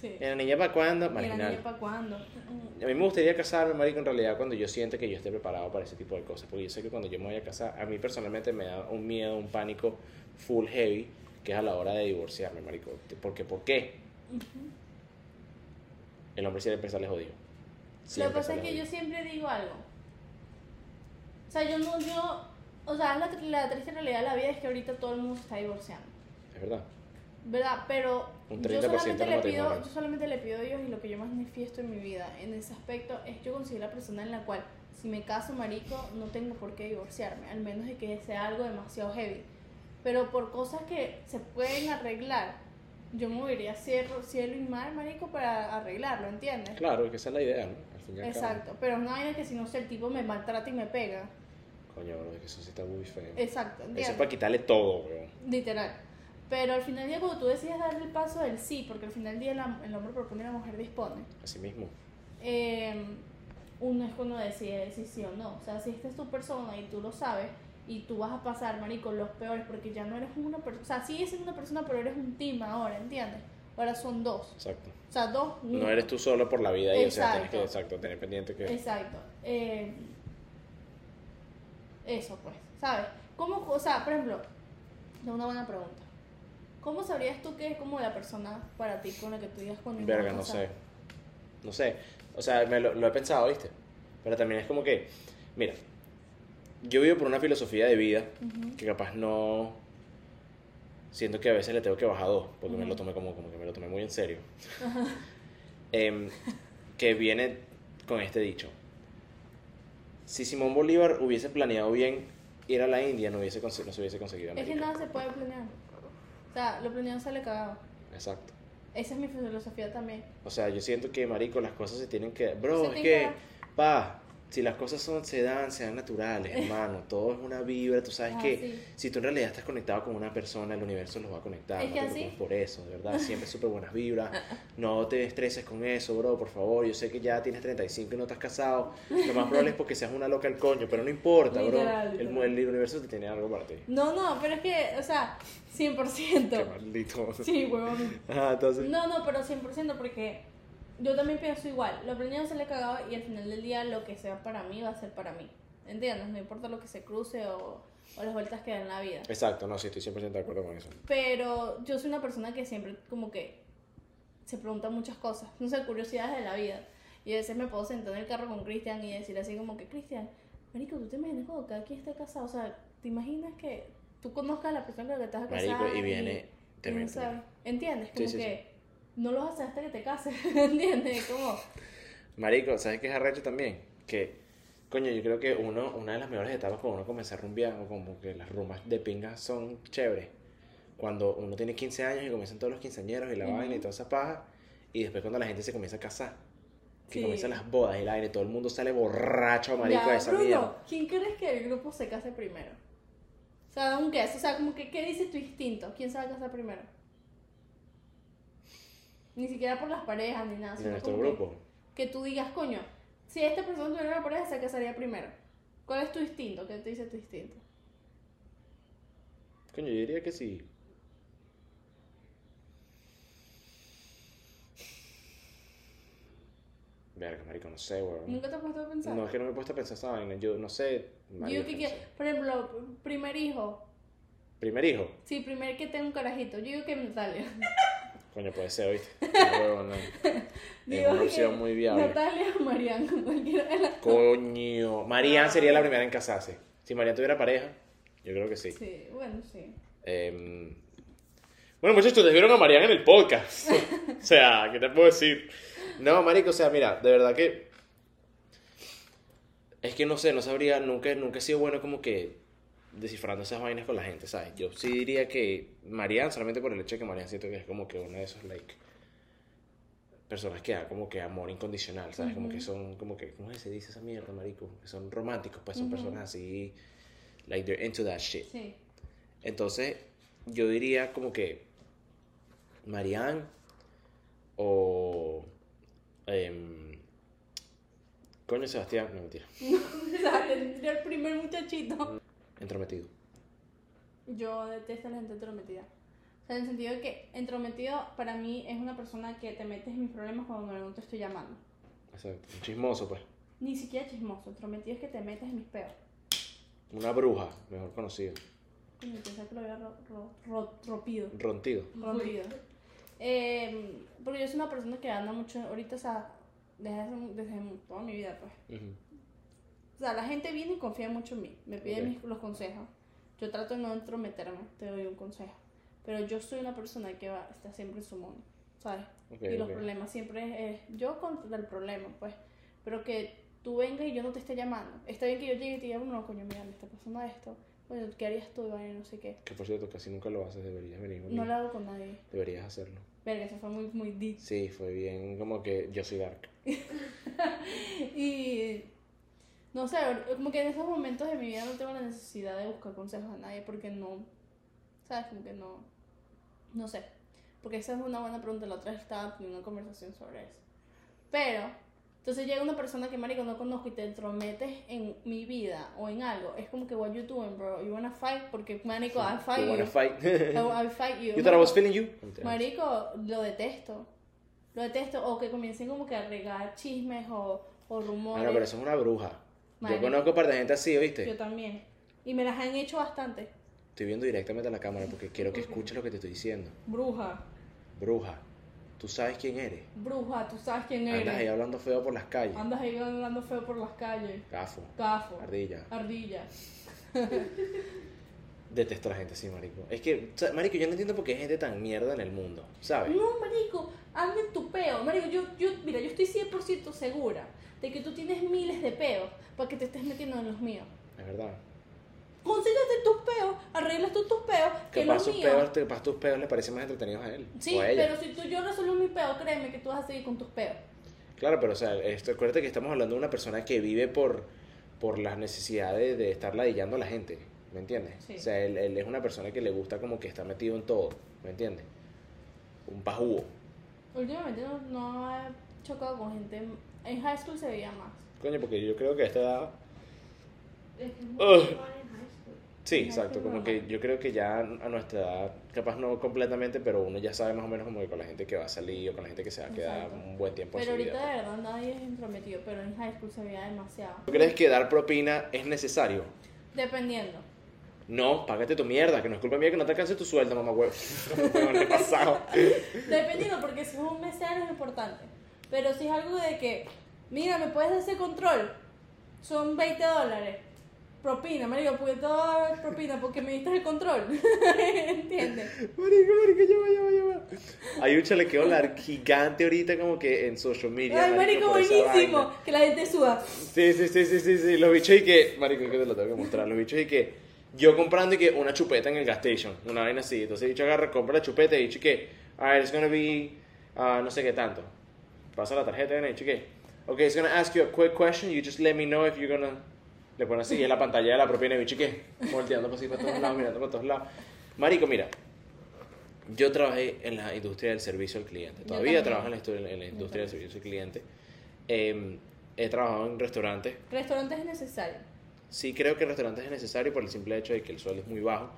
Sí.
¿El anillo para cuándo?
¿Y la
Marginal.
niña para cuándo?
A mí me gustaría casarme, marico, en realidad cuando yo siente que yo esté preparado para ese tipo de cosas, porque yo sé que cuando yo me voy a casar, a mí personalmente me da un miedo, un pánico full heavy, que es a la hora de divorciarme, marico. Porque, ¿por qué?
Mm.
El hombre siempre sale jodido.
Lo
Siempre
que pasa
sale
es que yo
jodido.
siempre digo algo. O sea, yo no, yo, o sea, la, tr- la triste realidad de la vida es que ahorita todo el mundo se está divorciando,
Es verdad.
¿verdad? Pero
Un
yo
30%
solamente,
de
le
los
pido,
matrimonios.
yo solamente le pido a Dios y lo que yo más manifiesto en mi vida en ese aspecto es yo conseguir la persona en la cual si me caso marico no tengo por qué divorciarme, al menos de que sea algo demasiado heavy. Pero por cosas que se pueden arreglar, yo movería cielo, cielo y mar, marico, para arreglarlo, ¿entiendes?
Claro, es que esa es la idea, ¿no? Al fin y al cabo.
Exacto, pero es una vaina que si no sé, el tipo me maltrata y me pega.
Coño, bro, es que eso sí está muy feo. Eso
Exacto,
es
¿entiendes?
para quitarle todo, weón.
Literal. Pero al final del día, cuando tú decides dar el paso del sí, porque al final del día la- el hombre propone y la mujer dispone,
Así mismo.
eh, uno es cuando decide si sí o no. O sea, si esta es tu persona y tú lo sabes, y tú vas a pasar, marico, los peores, porque ya no eres una persona. O sea, sí eres una persona, pero eres un team ahora, ¿entiendes? Ahora son dos.
Exacto.
O sea, dos.
No eres tú solo por la vida y, o sea, tienes
Exacto.
que, exacto, tener pendiente que...
Exacto. eh, eso, pues, ¿sabes? ¿Cómo, o sea, por ejemplo, tengo una buena pregunta. ¿Cómo sabrías tú que es como la persona para ti con la que tú digas con ninguna
Verga, no
cosa?
sé. No sé. O sea, me lo, lo he pensado, ¿viste? Pero también es como que, mira, yo vivo por una filosofía de vida
Ujú.
que capaz no... Siento que a veces le tengo que bajar dos, porque me
Ujú.
lo tomé como, como que me lo tomé muy en serio. Em, que viene con este dicho. Si Simón Bolívar hubiese planeado bien ir a la India, no, hubiese conse- no se hubiese conseguido
Es que
América.
nada se puede planear. O sea, lo planeado sale cagado.
Exacto.
Esa es mi filosofía también.
O sea, yo siento que, marico, las cosas se tienen que... Bro,
Se
es
tienen
que,
que dar.
pa, si las cosas son, se dan, se dan naturales, hermano. Todo es una vibra, tú sabes
Ah,
que
sí.
si tú en realidad estás conectado con una persona, el universo los va a conectar.
Es
no
que
te
así.
preocupes por eso, de verdad. Siempre súper buenas vibras. No te estreses con eso, bro, por favor. Yo sé que ya tienes 35 y no estás casado. Lo más probable es porque seas una loca el coño, pero no importa, bro.
Literal,
El-
literal.
El, universo te tiene algo para ti.
No, no, pero es que, o sea, 100%.
Qué maldito.
Sí, huevón.
Ajá, entonces...
No, no, pero 100% porque yo también pienso igual. Lo planeado sale cagado y al final del día lo que sea para mí va a ser para mí. ¿Entiendes? No importa lo que se cruce o, o las vueltas que da en la vida.
Exacto, no, sí, estoy 100% de acuerdo con eso.
Pero yo soy una persona que siempre como que se pregunta muchas cosas, no sé, curiosidades de la vida. Y a veces me puedo sentar en el carro con Cristian y decir así como que, Cristian, Marico, ¿tú te imaginas cuando cada quien esté casado? O sea, ¿te imaginas que tú conozcas a la persona con la que estás casada?
Marico, y viene... te
Y no
mete.
sabes. ¿Entiendes?
Sí,
Como
sí,
que no lo haces hasta que te cases. ¿Entiendes? Como.
Marico, ¿sabes qué es arrecho también? Que, coño, yo creo que uno, una de las mejores etapas cuando uno comienza a rumbear, o como que las rumbas de pingas son chéveres, cuando uno tiene 15 años y comienzan todos los quinceañeros y la
Ujú.
vaina y toda esa paja, y después cuando la gente se comienza a casar, que
Sí.
comienzan las bodas y el aire, todo el mundo sale borracho, marico, de
Ya,
esa
Bruno,
mierda.
¿quién crees que el grupo se case primero? O sea, un queso. O sea, como que, ¿qué dice tu instinto? ¿Quién se va a casar primero? Ni siquiera por las parejas ni nada.
De
sino
nuestro
como que-
grupo.
Que, tú digas, coño, si esta persona tuviera una pareja, se casaría primero. ¿Cuál es tu instinto? ¿Qué te dice tu instinto?
Coño, yo diría que sí. Verga, marico, no sé, weón.
¿Nunca te has puesto a pensar?
No, es que no me he puesto a pensar esa vaina. Yo no sé. marico,
Yo que,
no
que-
sé.
por ejemplo, primer hijo.
Primer hijo.
Sí, primer que tenga un carajito. Yo digo que Natalia.
Coño, puede ser, ¿viste? No, huevo, no. Es
Digo
una
que
opción muy viable.
Natalia o Marian, cualquiera de las
Coño. Marian sería la primera en casarse. Si Marian tuviera pareja, Yo creo que sí.
Sí, bueno, sí.
Em, bueno, muchachos, te vieron a Mariana en el podcast. o sea, ¿qué te puedo decir? No, marico, o sea, mira, de verdad que... Es que no sé, no sabría, nunca, nunca he sido bueno como que descifrando esas vainas con la gente, ¿sabes? Yo sí diría que Mariana, solamente por el hecho de que Mariana siento que es como que una de esos, like, personas que da como que amor incondicional, ¿sabes? Como que
Ujú.
son, como que, ¿cómo se dice esa mierda, marico? Que son románticos, pues son
Ujú.
personas así, like, they're into that shit.
Sí.
Entonces, yo diría como que Marianne o... em, coño, Sebastián, no mentira,
Era el primer muchachito.
entrometido.
Yo detesto a la gente entrometida. O sea, en el sentido de que entrometido para mí es una persona que te metes en mis problemas cuando no te estoy llamando.
Exacto, un chismoso, pues.
Ni siquiera chismoso. Entrometido es que te metes en mis peos.
Una bruja, mejor conocido.
Coño, pensaba que lo había ro- ro- ro- ropido.
Rontido.
Rompido. Eh, porque yo soy una persona que anda mucho ahorita, o sea, desde, hace mu- desde mu- toda mi vida, pues.
Ujú.
O sea, la gente viene y confía mucho en mí, me pide
Ok.
mis- los consejos. Yo trato de no entrometerme, te doy un consejo. Pero yo soy una persona que va, está siempre en su mundo, ¿sabes?
Ok,
y los
ok.
problemas siempre es, es yo contra el problema, pues. Pero que tú vengas y yo no te esté llamando. Está bien que yo llegue y te diga, no, coño, mira, me está pasando esto. Bueno, ¿qué harías tú, Iván? No sé qué.
Que por cierto, casi nunca lo haces, deberías venir
No
conmigo.
lo hago con nadie.
Deberías hacerlo.
Verga, eso fue muy, muy deep.
Sí, fue bien, como que yo soy dark.
Y no sé, como que en esos momentos de mi vida no tengo la necesidad de buscar consejos a nadie porque no, ¿sabes? Como que no, no sé. Porque esa es una buena pregunta, la otra vez estaba teniendo una conversación sobre eso. Pero, entonces llega una persona que, marico, no conozco y te entrometes en mi vida o en algo. Es como que, what you doing, bro? You wanna fight? Porque, marico, I
You
fight
wanna
you.
fight?
I, I fight you.
you thought I was feeling you?
Marico, lo detesto. Lo detesto. O que comiencen como que a regar chismes o, o
Ah,
rumores.
no, pero eso es una bruja. Yo
Marico.
conozco para gente así, ¿oíste?
Yo también. Y me las han hecho bastante.
Estoy viendo directamente a la cámara porque quiero que escuches lo que te estoy diciendo.
Bruja.
Bruja, tú sabes quién eres.
Bruja, tú sabes quién eres.
Andas ahí hablando feo por las calles.
Andas ahí hablando feo por las calles.
Gafo,
Gafo.
ardilla.
Ardilla.
Detesto a la gente así, marico. Es que, o sea, marico, yo no entiendo por qué hay gente tan mierda en el mundo, ¿sabes?
No, marico, anda en tu peo. Marico, yo, yo, mira, yo estoy 100% segura de que tú tienes miles de peos para que te estés metiendo en los míos.
Es verdad.
Consíguete tus peos, arreglas tú tus peos, que
Capaz
los
sus,
míos.
peos, capaz tus peos le parecen más entretenidos a él.
Sí,
o a ella.
pero si tú yo resuelvo mi peo, créeme que tú vas a seguir con tus peos.
Claro, pero o sea, esto, acuérdate que estamos hablando de una persona que vive por, por las necesidades de estar ladillando a la gente, ¿me entiendes?
Sí.
O sea, él, él es una persona que le gusta como que está metido en todo, ¿me entiendes? Un pajúo.
Últimamente no, no he chocado con gente. En high school se veía más.
Coño, porque yo creo que a esta edad...
Es que es muy
Ugh.
igual en high school.
Sí,
Ajá,
exacto,
qué
como
broma.
que yo creo que ya a nuestra edad, capaz no completamente, pero uno ya sabe más o menos como que con la gente que va a salir o con la gente que se va a quedar
Exacto.
un buen tiempo en
pero
su
ahorita
vida.
de verdad nadie es entrometido, pero en high school se veía demasiado.
¿Tú crees que dar propina es necesario?
Dependiendo.
No, págate tu mierda, que no es culpa mía que no te alcance tu sueldo, mamá huevo. Huevón, le he pasado.
Dependiendo, porque si es un mesero es importante. Pero si es algo de que, mira, me puedes dar ese control, son 20 dólares. Propina, marico, porque todo propina, porque me diste el control. ¿Entiendes?
Marico, marico, lleva, lleva, lleva. Hay un chalequeo lar- gigante ahorita como que en social media.
Ay, marico,
por esa
buenísimo.
vaina.
Que la gente suda.
Sí, sí, sí, sí, sí, sí. Los bichos y que... Marico, es que te lo tengo que mostrar. Los bichos y que... Yo comprando y que una chupeta en el gas station. Una vaina así. Entonces el bicho agarra, compra la chupeta y dicho que... Alright, it's gonna be... ah, no sé qué tanto. Pasa la tarjeta y dicho que... Ok, it's gonna ask you a quick question. You just let me know if you're gonna... Le pone así y es la pantalla de la propina y el bicho que... Volteando para así, para todos lados, mirando para todos lados. Marico, mira. Yo trabajé en la industria del servicio al cliente.
Yo
Todavía
también.
trabajo en la, estu- en la industria del servicio al cliente. Em, he trabajado en restaurantes.
Restaurantes es necesario.
Sí creo que restaurantes es necesario por el simple hecho de que el sueldo es muy bajo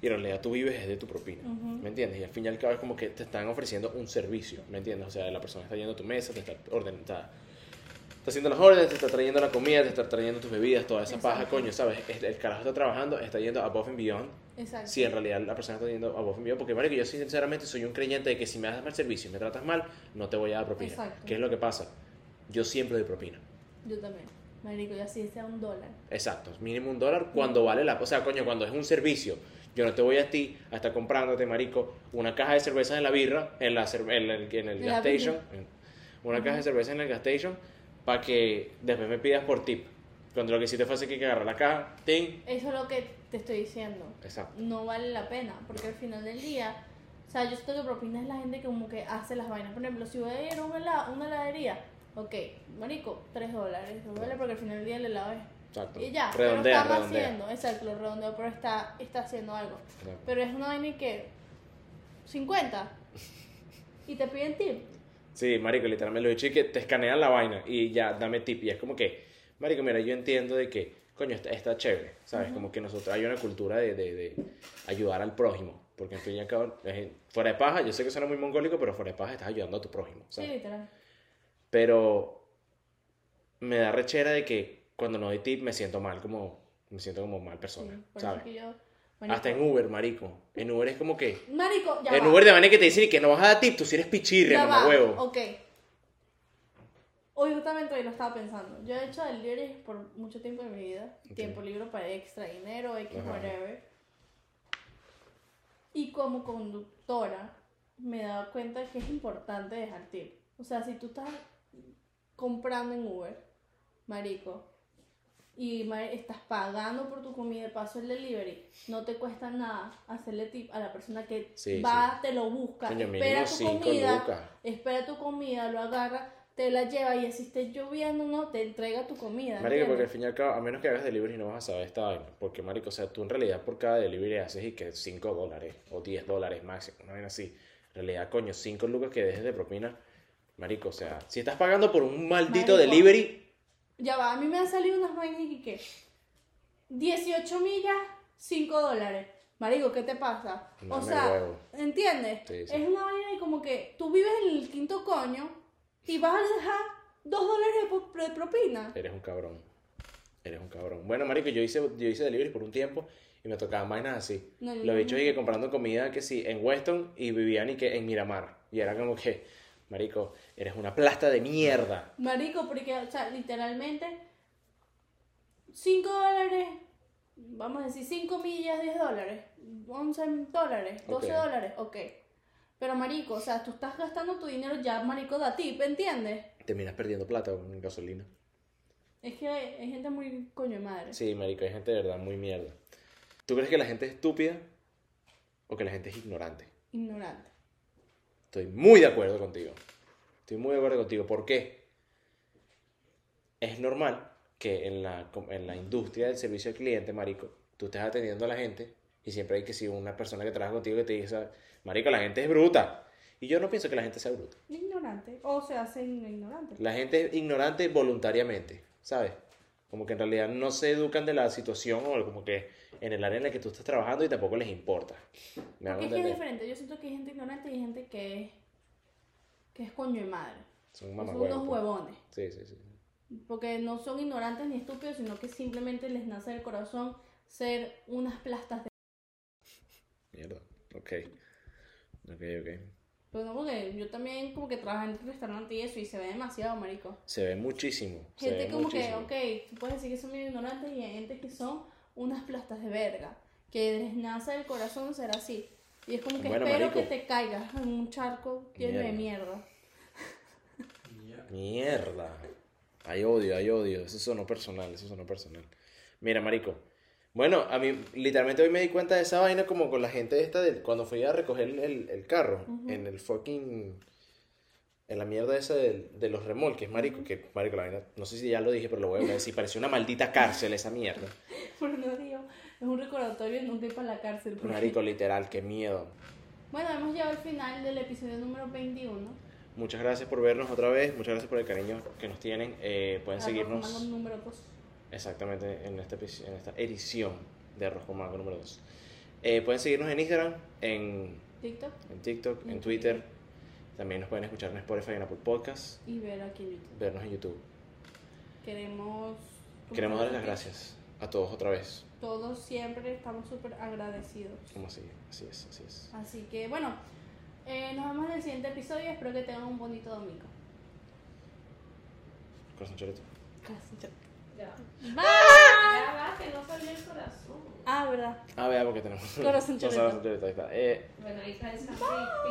y en realidad tú vives es de tu propina,
Ujú.
¿me entiendes? Y al fin y al cabo es como que te están ofreciendo un servicio, ¿me entiendes? O sea, la persona está yendo a tu mesa, te está ordenando, está, está haciendo las órdenes, te está trayendo la comida, te está trayendo tus bebidas, toda esa paja,
Exacto.
coño, ¿sabes? Es- El carajo está trabajando, está yendo above and beyond.
Exacto.
Si en realidad la persona está yendo above and beyond, porque marico, yo sinceramente soy un creyente de que si me das mal servicio y me tratas mal, no te voy a dar propina.
Exacto.
¿Qué es lo que pasa? Yo siempre doy propina.
Yo también. Marico, yo así sea un dólar.
Exacto, mínimo un dólar cuando vale la... O sea, coño, cuando es un servicio. Yo no te voy a ti a estar comprándote, marico, una caja de cervezas en la birra, en, la cerve- en, el- en el
En la
gas station. Una
Ujú.
caja de cerveza en el gas station para que después me pidas por tip. Cuando lo que hiciste fue hacer que agarrar la caja, ting.
Eso es lo que te estoy diciendo.
Exacto.
No vale la pena, porque al final del día, o sea, yo siento que propina es la gente que como que hace las vainas. Por ejemplo, si voy a ir a una, hela- una heladería, ok, marico, 3 dólares, no vale porque al final del día el helado es.
Exacto.
Y ya, pero
redondea,
está
redondea.
haciendo, exacto, lo redondeo, pero está, está haciendo algo.
Exacto.
Pero es una vaina que 50 y te piden tip.
Sí, marico, literalmente los chiques te escanean la vaina y ya, dame tip. Y es como que, marico, mira, yo entiendo de que, coño, está, está chévere, ¿sabes? Como que nosotros hay una cultura de, de- de ayudar al prójimo. Porque en fin y al cabo, es- fuera de paja, yo sé que suena muy mongólico, pero fuera de paja estás ayudando a tu prójimo,
Sí,
¿sabes?
literal.
Pero me da rechera de que cuando no doy tip me siento mal, como, me siento como mal
Sí,
persona,
por eso
¿sabes?
es que yo.
Hasta en Uber, marico. En Uber es como que,
Marico, ya
en
va.
Uber de manera que te dicen que no vas a dar tip, tú si eres
Ya
pichirre,
va,
mamá huevo.
Ok. Hoy justamente hoy lo estaba pensando. Yo he hecho delivery por mucho tiempo de mi vida.
Ok.
Tiempo libre para extra dinero, X,
Ajá.
whatever. Y como conductora me he dado cuenta que es importante dejar tip. O sea, si tú estás comprando en Uber, marico, y ma- estás pagando por tu comida, paso el delivery, no te cuesta nada hacerle tip a la persona que
Sí,
va, te lo busca,
Coño,
espera
mínimo
tu
cinco
comida,
lucas.
espera tu comida, lo agarra, te la lleva y así esté lloviendo, no, te entrega tu comida.
Marico, porque al
¿entiendes?
fin y al cabo, a menos que hagas delivery no vas a saber esta vaina. Porque, marico, o sea, tú en realidad por cada delivery haces y que 5 dólares o 10 dólares máximo, una vaina así. En realidad, coño, 5 lucas que dejes de propina, marico, o sea, si estás pagando por un maldito
Marico.
delivery,
Ya va, a mí me han salido unas vainas y que 18 millas, 5 dólares. Marico, ¿qué te pasa?
No
o
me
sea,
huevo.
¿entiendes?
Sí, sí.
Es una vaina de como que tú vives en el quinto coño y vas a dejar 2 dólares de po- de propina.
eres un cabrón. Eres un cabrón. Bueno, marico, yo hice, yo hice delivery por un tiempo y me tocaban vainas así.
No, yo
Los
no-
bichos y que comprando comida que sí, en Weston y vivían y que en Miramar. Y era como que, marico, eres una plasta de mierda.
Marico, porque, o sea, literalmente, 5 dólares, vamos a decir 5 millas, 10 dólares, 11 dólares, 12
Ok.
dólares, ok. Pero, Marico, o sea, tú estás gastando tu dinero ya, Marico, da tip, ¿entiendes?
terminas perdiendo plata en gasolina.
Es que hay, hay gente muy coño de madre.
Sí, marico, hay gente de verdad muy mierda. ¿Tú crees que la gente es estúpida o que la gente es ignorante?
Ignorante.
Estoy muy de acuerdo contigo. Estoy muy de acuerdo contigo. ¿Por qué? Es normal que en la, com- en la industria del servicio al cliente, marico, tú estés atendiendo a la gente y siempre hay que si una persona que trabaja contigo que te dice, marico, la gente es bruta. Y yo no pienso que la gente sea bruta.
Ignorante. O se hacen ignorantes.
La gente es ignorante voluntariamente, ¿sabes? Como que en realidad no se educan de la situación o como que en el área en la que tú estás trabajando y tampoco les importa. ¿Me hago
Porque es que es
entender?
diferente. Yo siento que hay gente ignorante y hay gente que es, que es coño de madre.
Son
Son
mamahuevos.
unos
pues.
huevones.
Sí, sí, sí.
Porque no son ignorantes ni estúpidos, sino que simplemente les nace del corazón ser unas plastas de...
Mierda. Ok. Ok, ok.
Pero Pues no, porque yo también como que trabajé en un restaurante y eso, y se ve demasiado, marico.
Se ve muchísimo. se
Gente
ve
como
muchísimo.
que, ok, tú puedes decir que son medio ignorantes y hay gente que son unas plastas de verga. Que les nace del corazón ser así. Y es como que
Bueno,
espero
marico.
que te caigas en un charco lleno de mierda.
Ya.
Mierda. Hay odio, hay odio. Eso sonó personal, eso sonó personal. Mira, marico. Bueno, a mí literalmente hoy me di cuenta de esa vaina como con la gente esta de cuando fui a recoger el, el- el carro
Ujú.
en el fucking... En la mierda esa de, de los remolques, marico. Que, marico, la vaina, no sé si ya lo dije, pero lo voy a volver a decir. Pareció una maldita cárcel esa mierda.
Pero no digo, es un recordatorio en un tiempo a la cárcel. porque-
Marico, literal, qué miedo.
Bueno, hemos llegado al final del episodio número 21.
Muchas gracias por vernos otra vez. Muchas gracias por el cariño que nos tienen. Eh, pueden
Arroz
seguirnos...
Comando número dos.
Exactamente, en esta, epici- en esta edición de Arroz con Mango número 2. pueden seguirnos en Instagram, en,
TikTok
en TikTok, en Twitter. También nos pueden escuchar en Spotify, en Apple Podcasts,
y ver aquí en YouTube.
vernos en YouTube.
Queremos.
Queremos darles las gracias a todos otra vez.
Todos siempre estamos súper agradecidos.
Como así, así es, así es.
Así que bueno, eh, nos vemos en el siguiente episodio. Espero que tengan un bonito domingo.
Corazón choreto.
Gracias.
Ya.
Bye.
Ya va, que no salió el corazón.
Ah, verdad.
Ah, vea, porque tenemos.
Corazón
Dos horas de entrevista, ahí está. Eh,
Bueno, ahí está esa. pic- pic-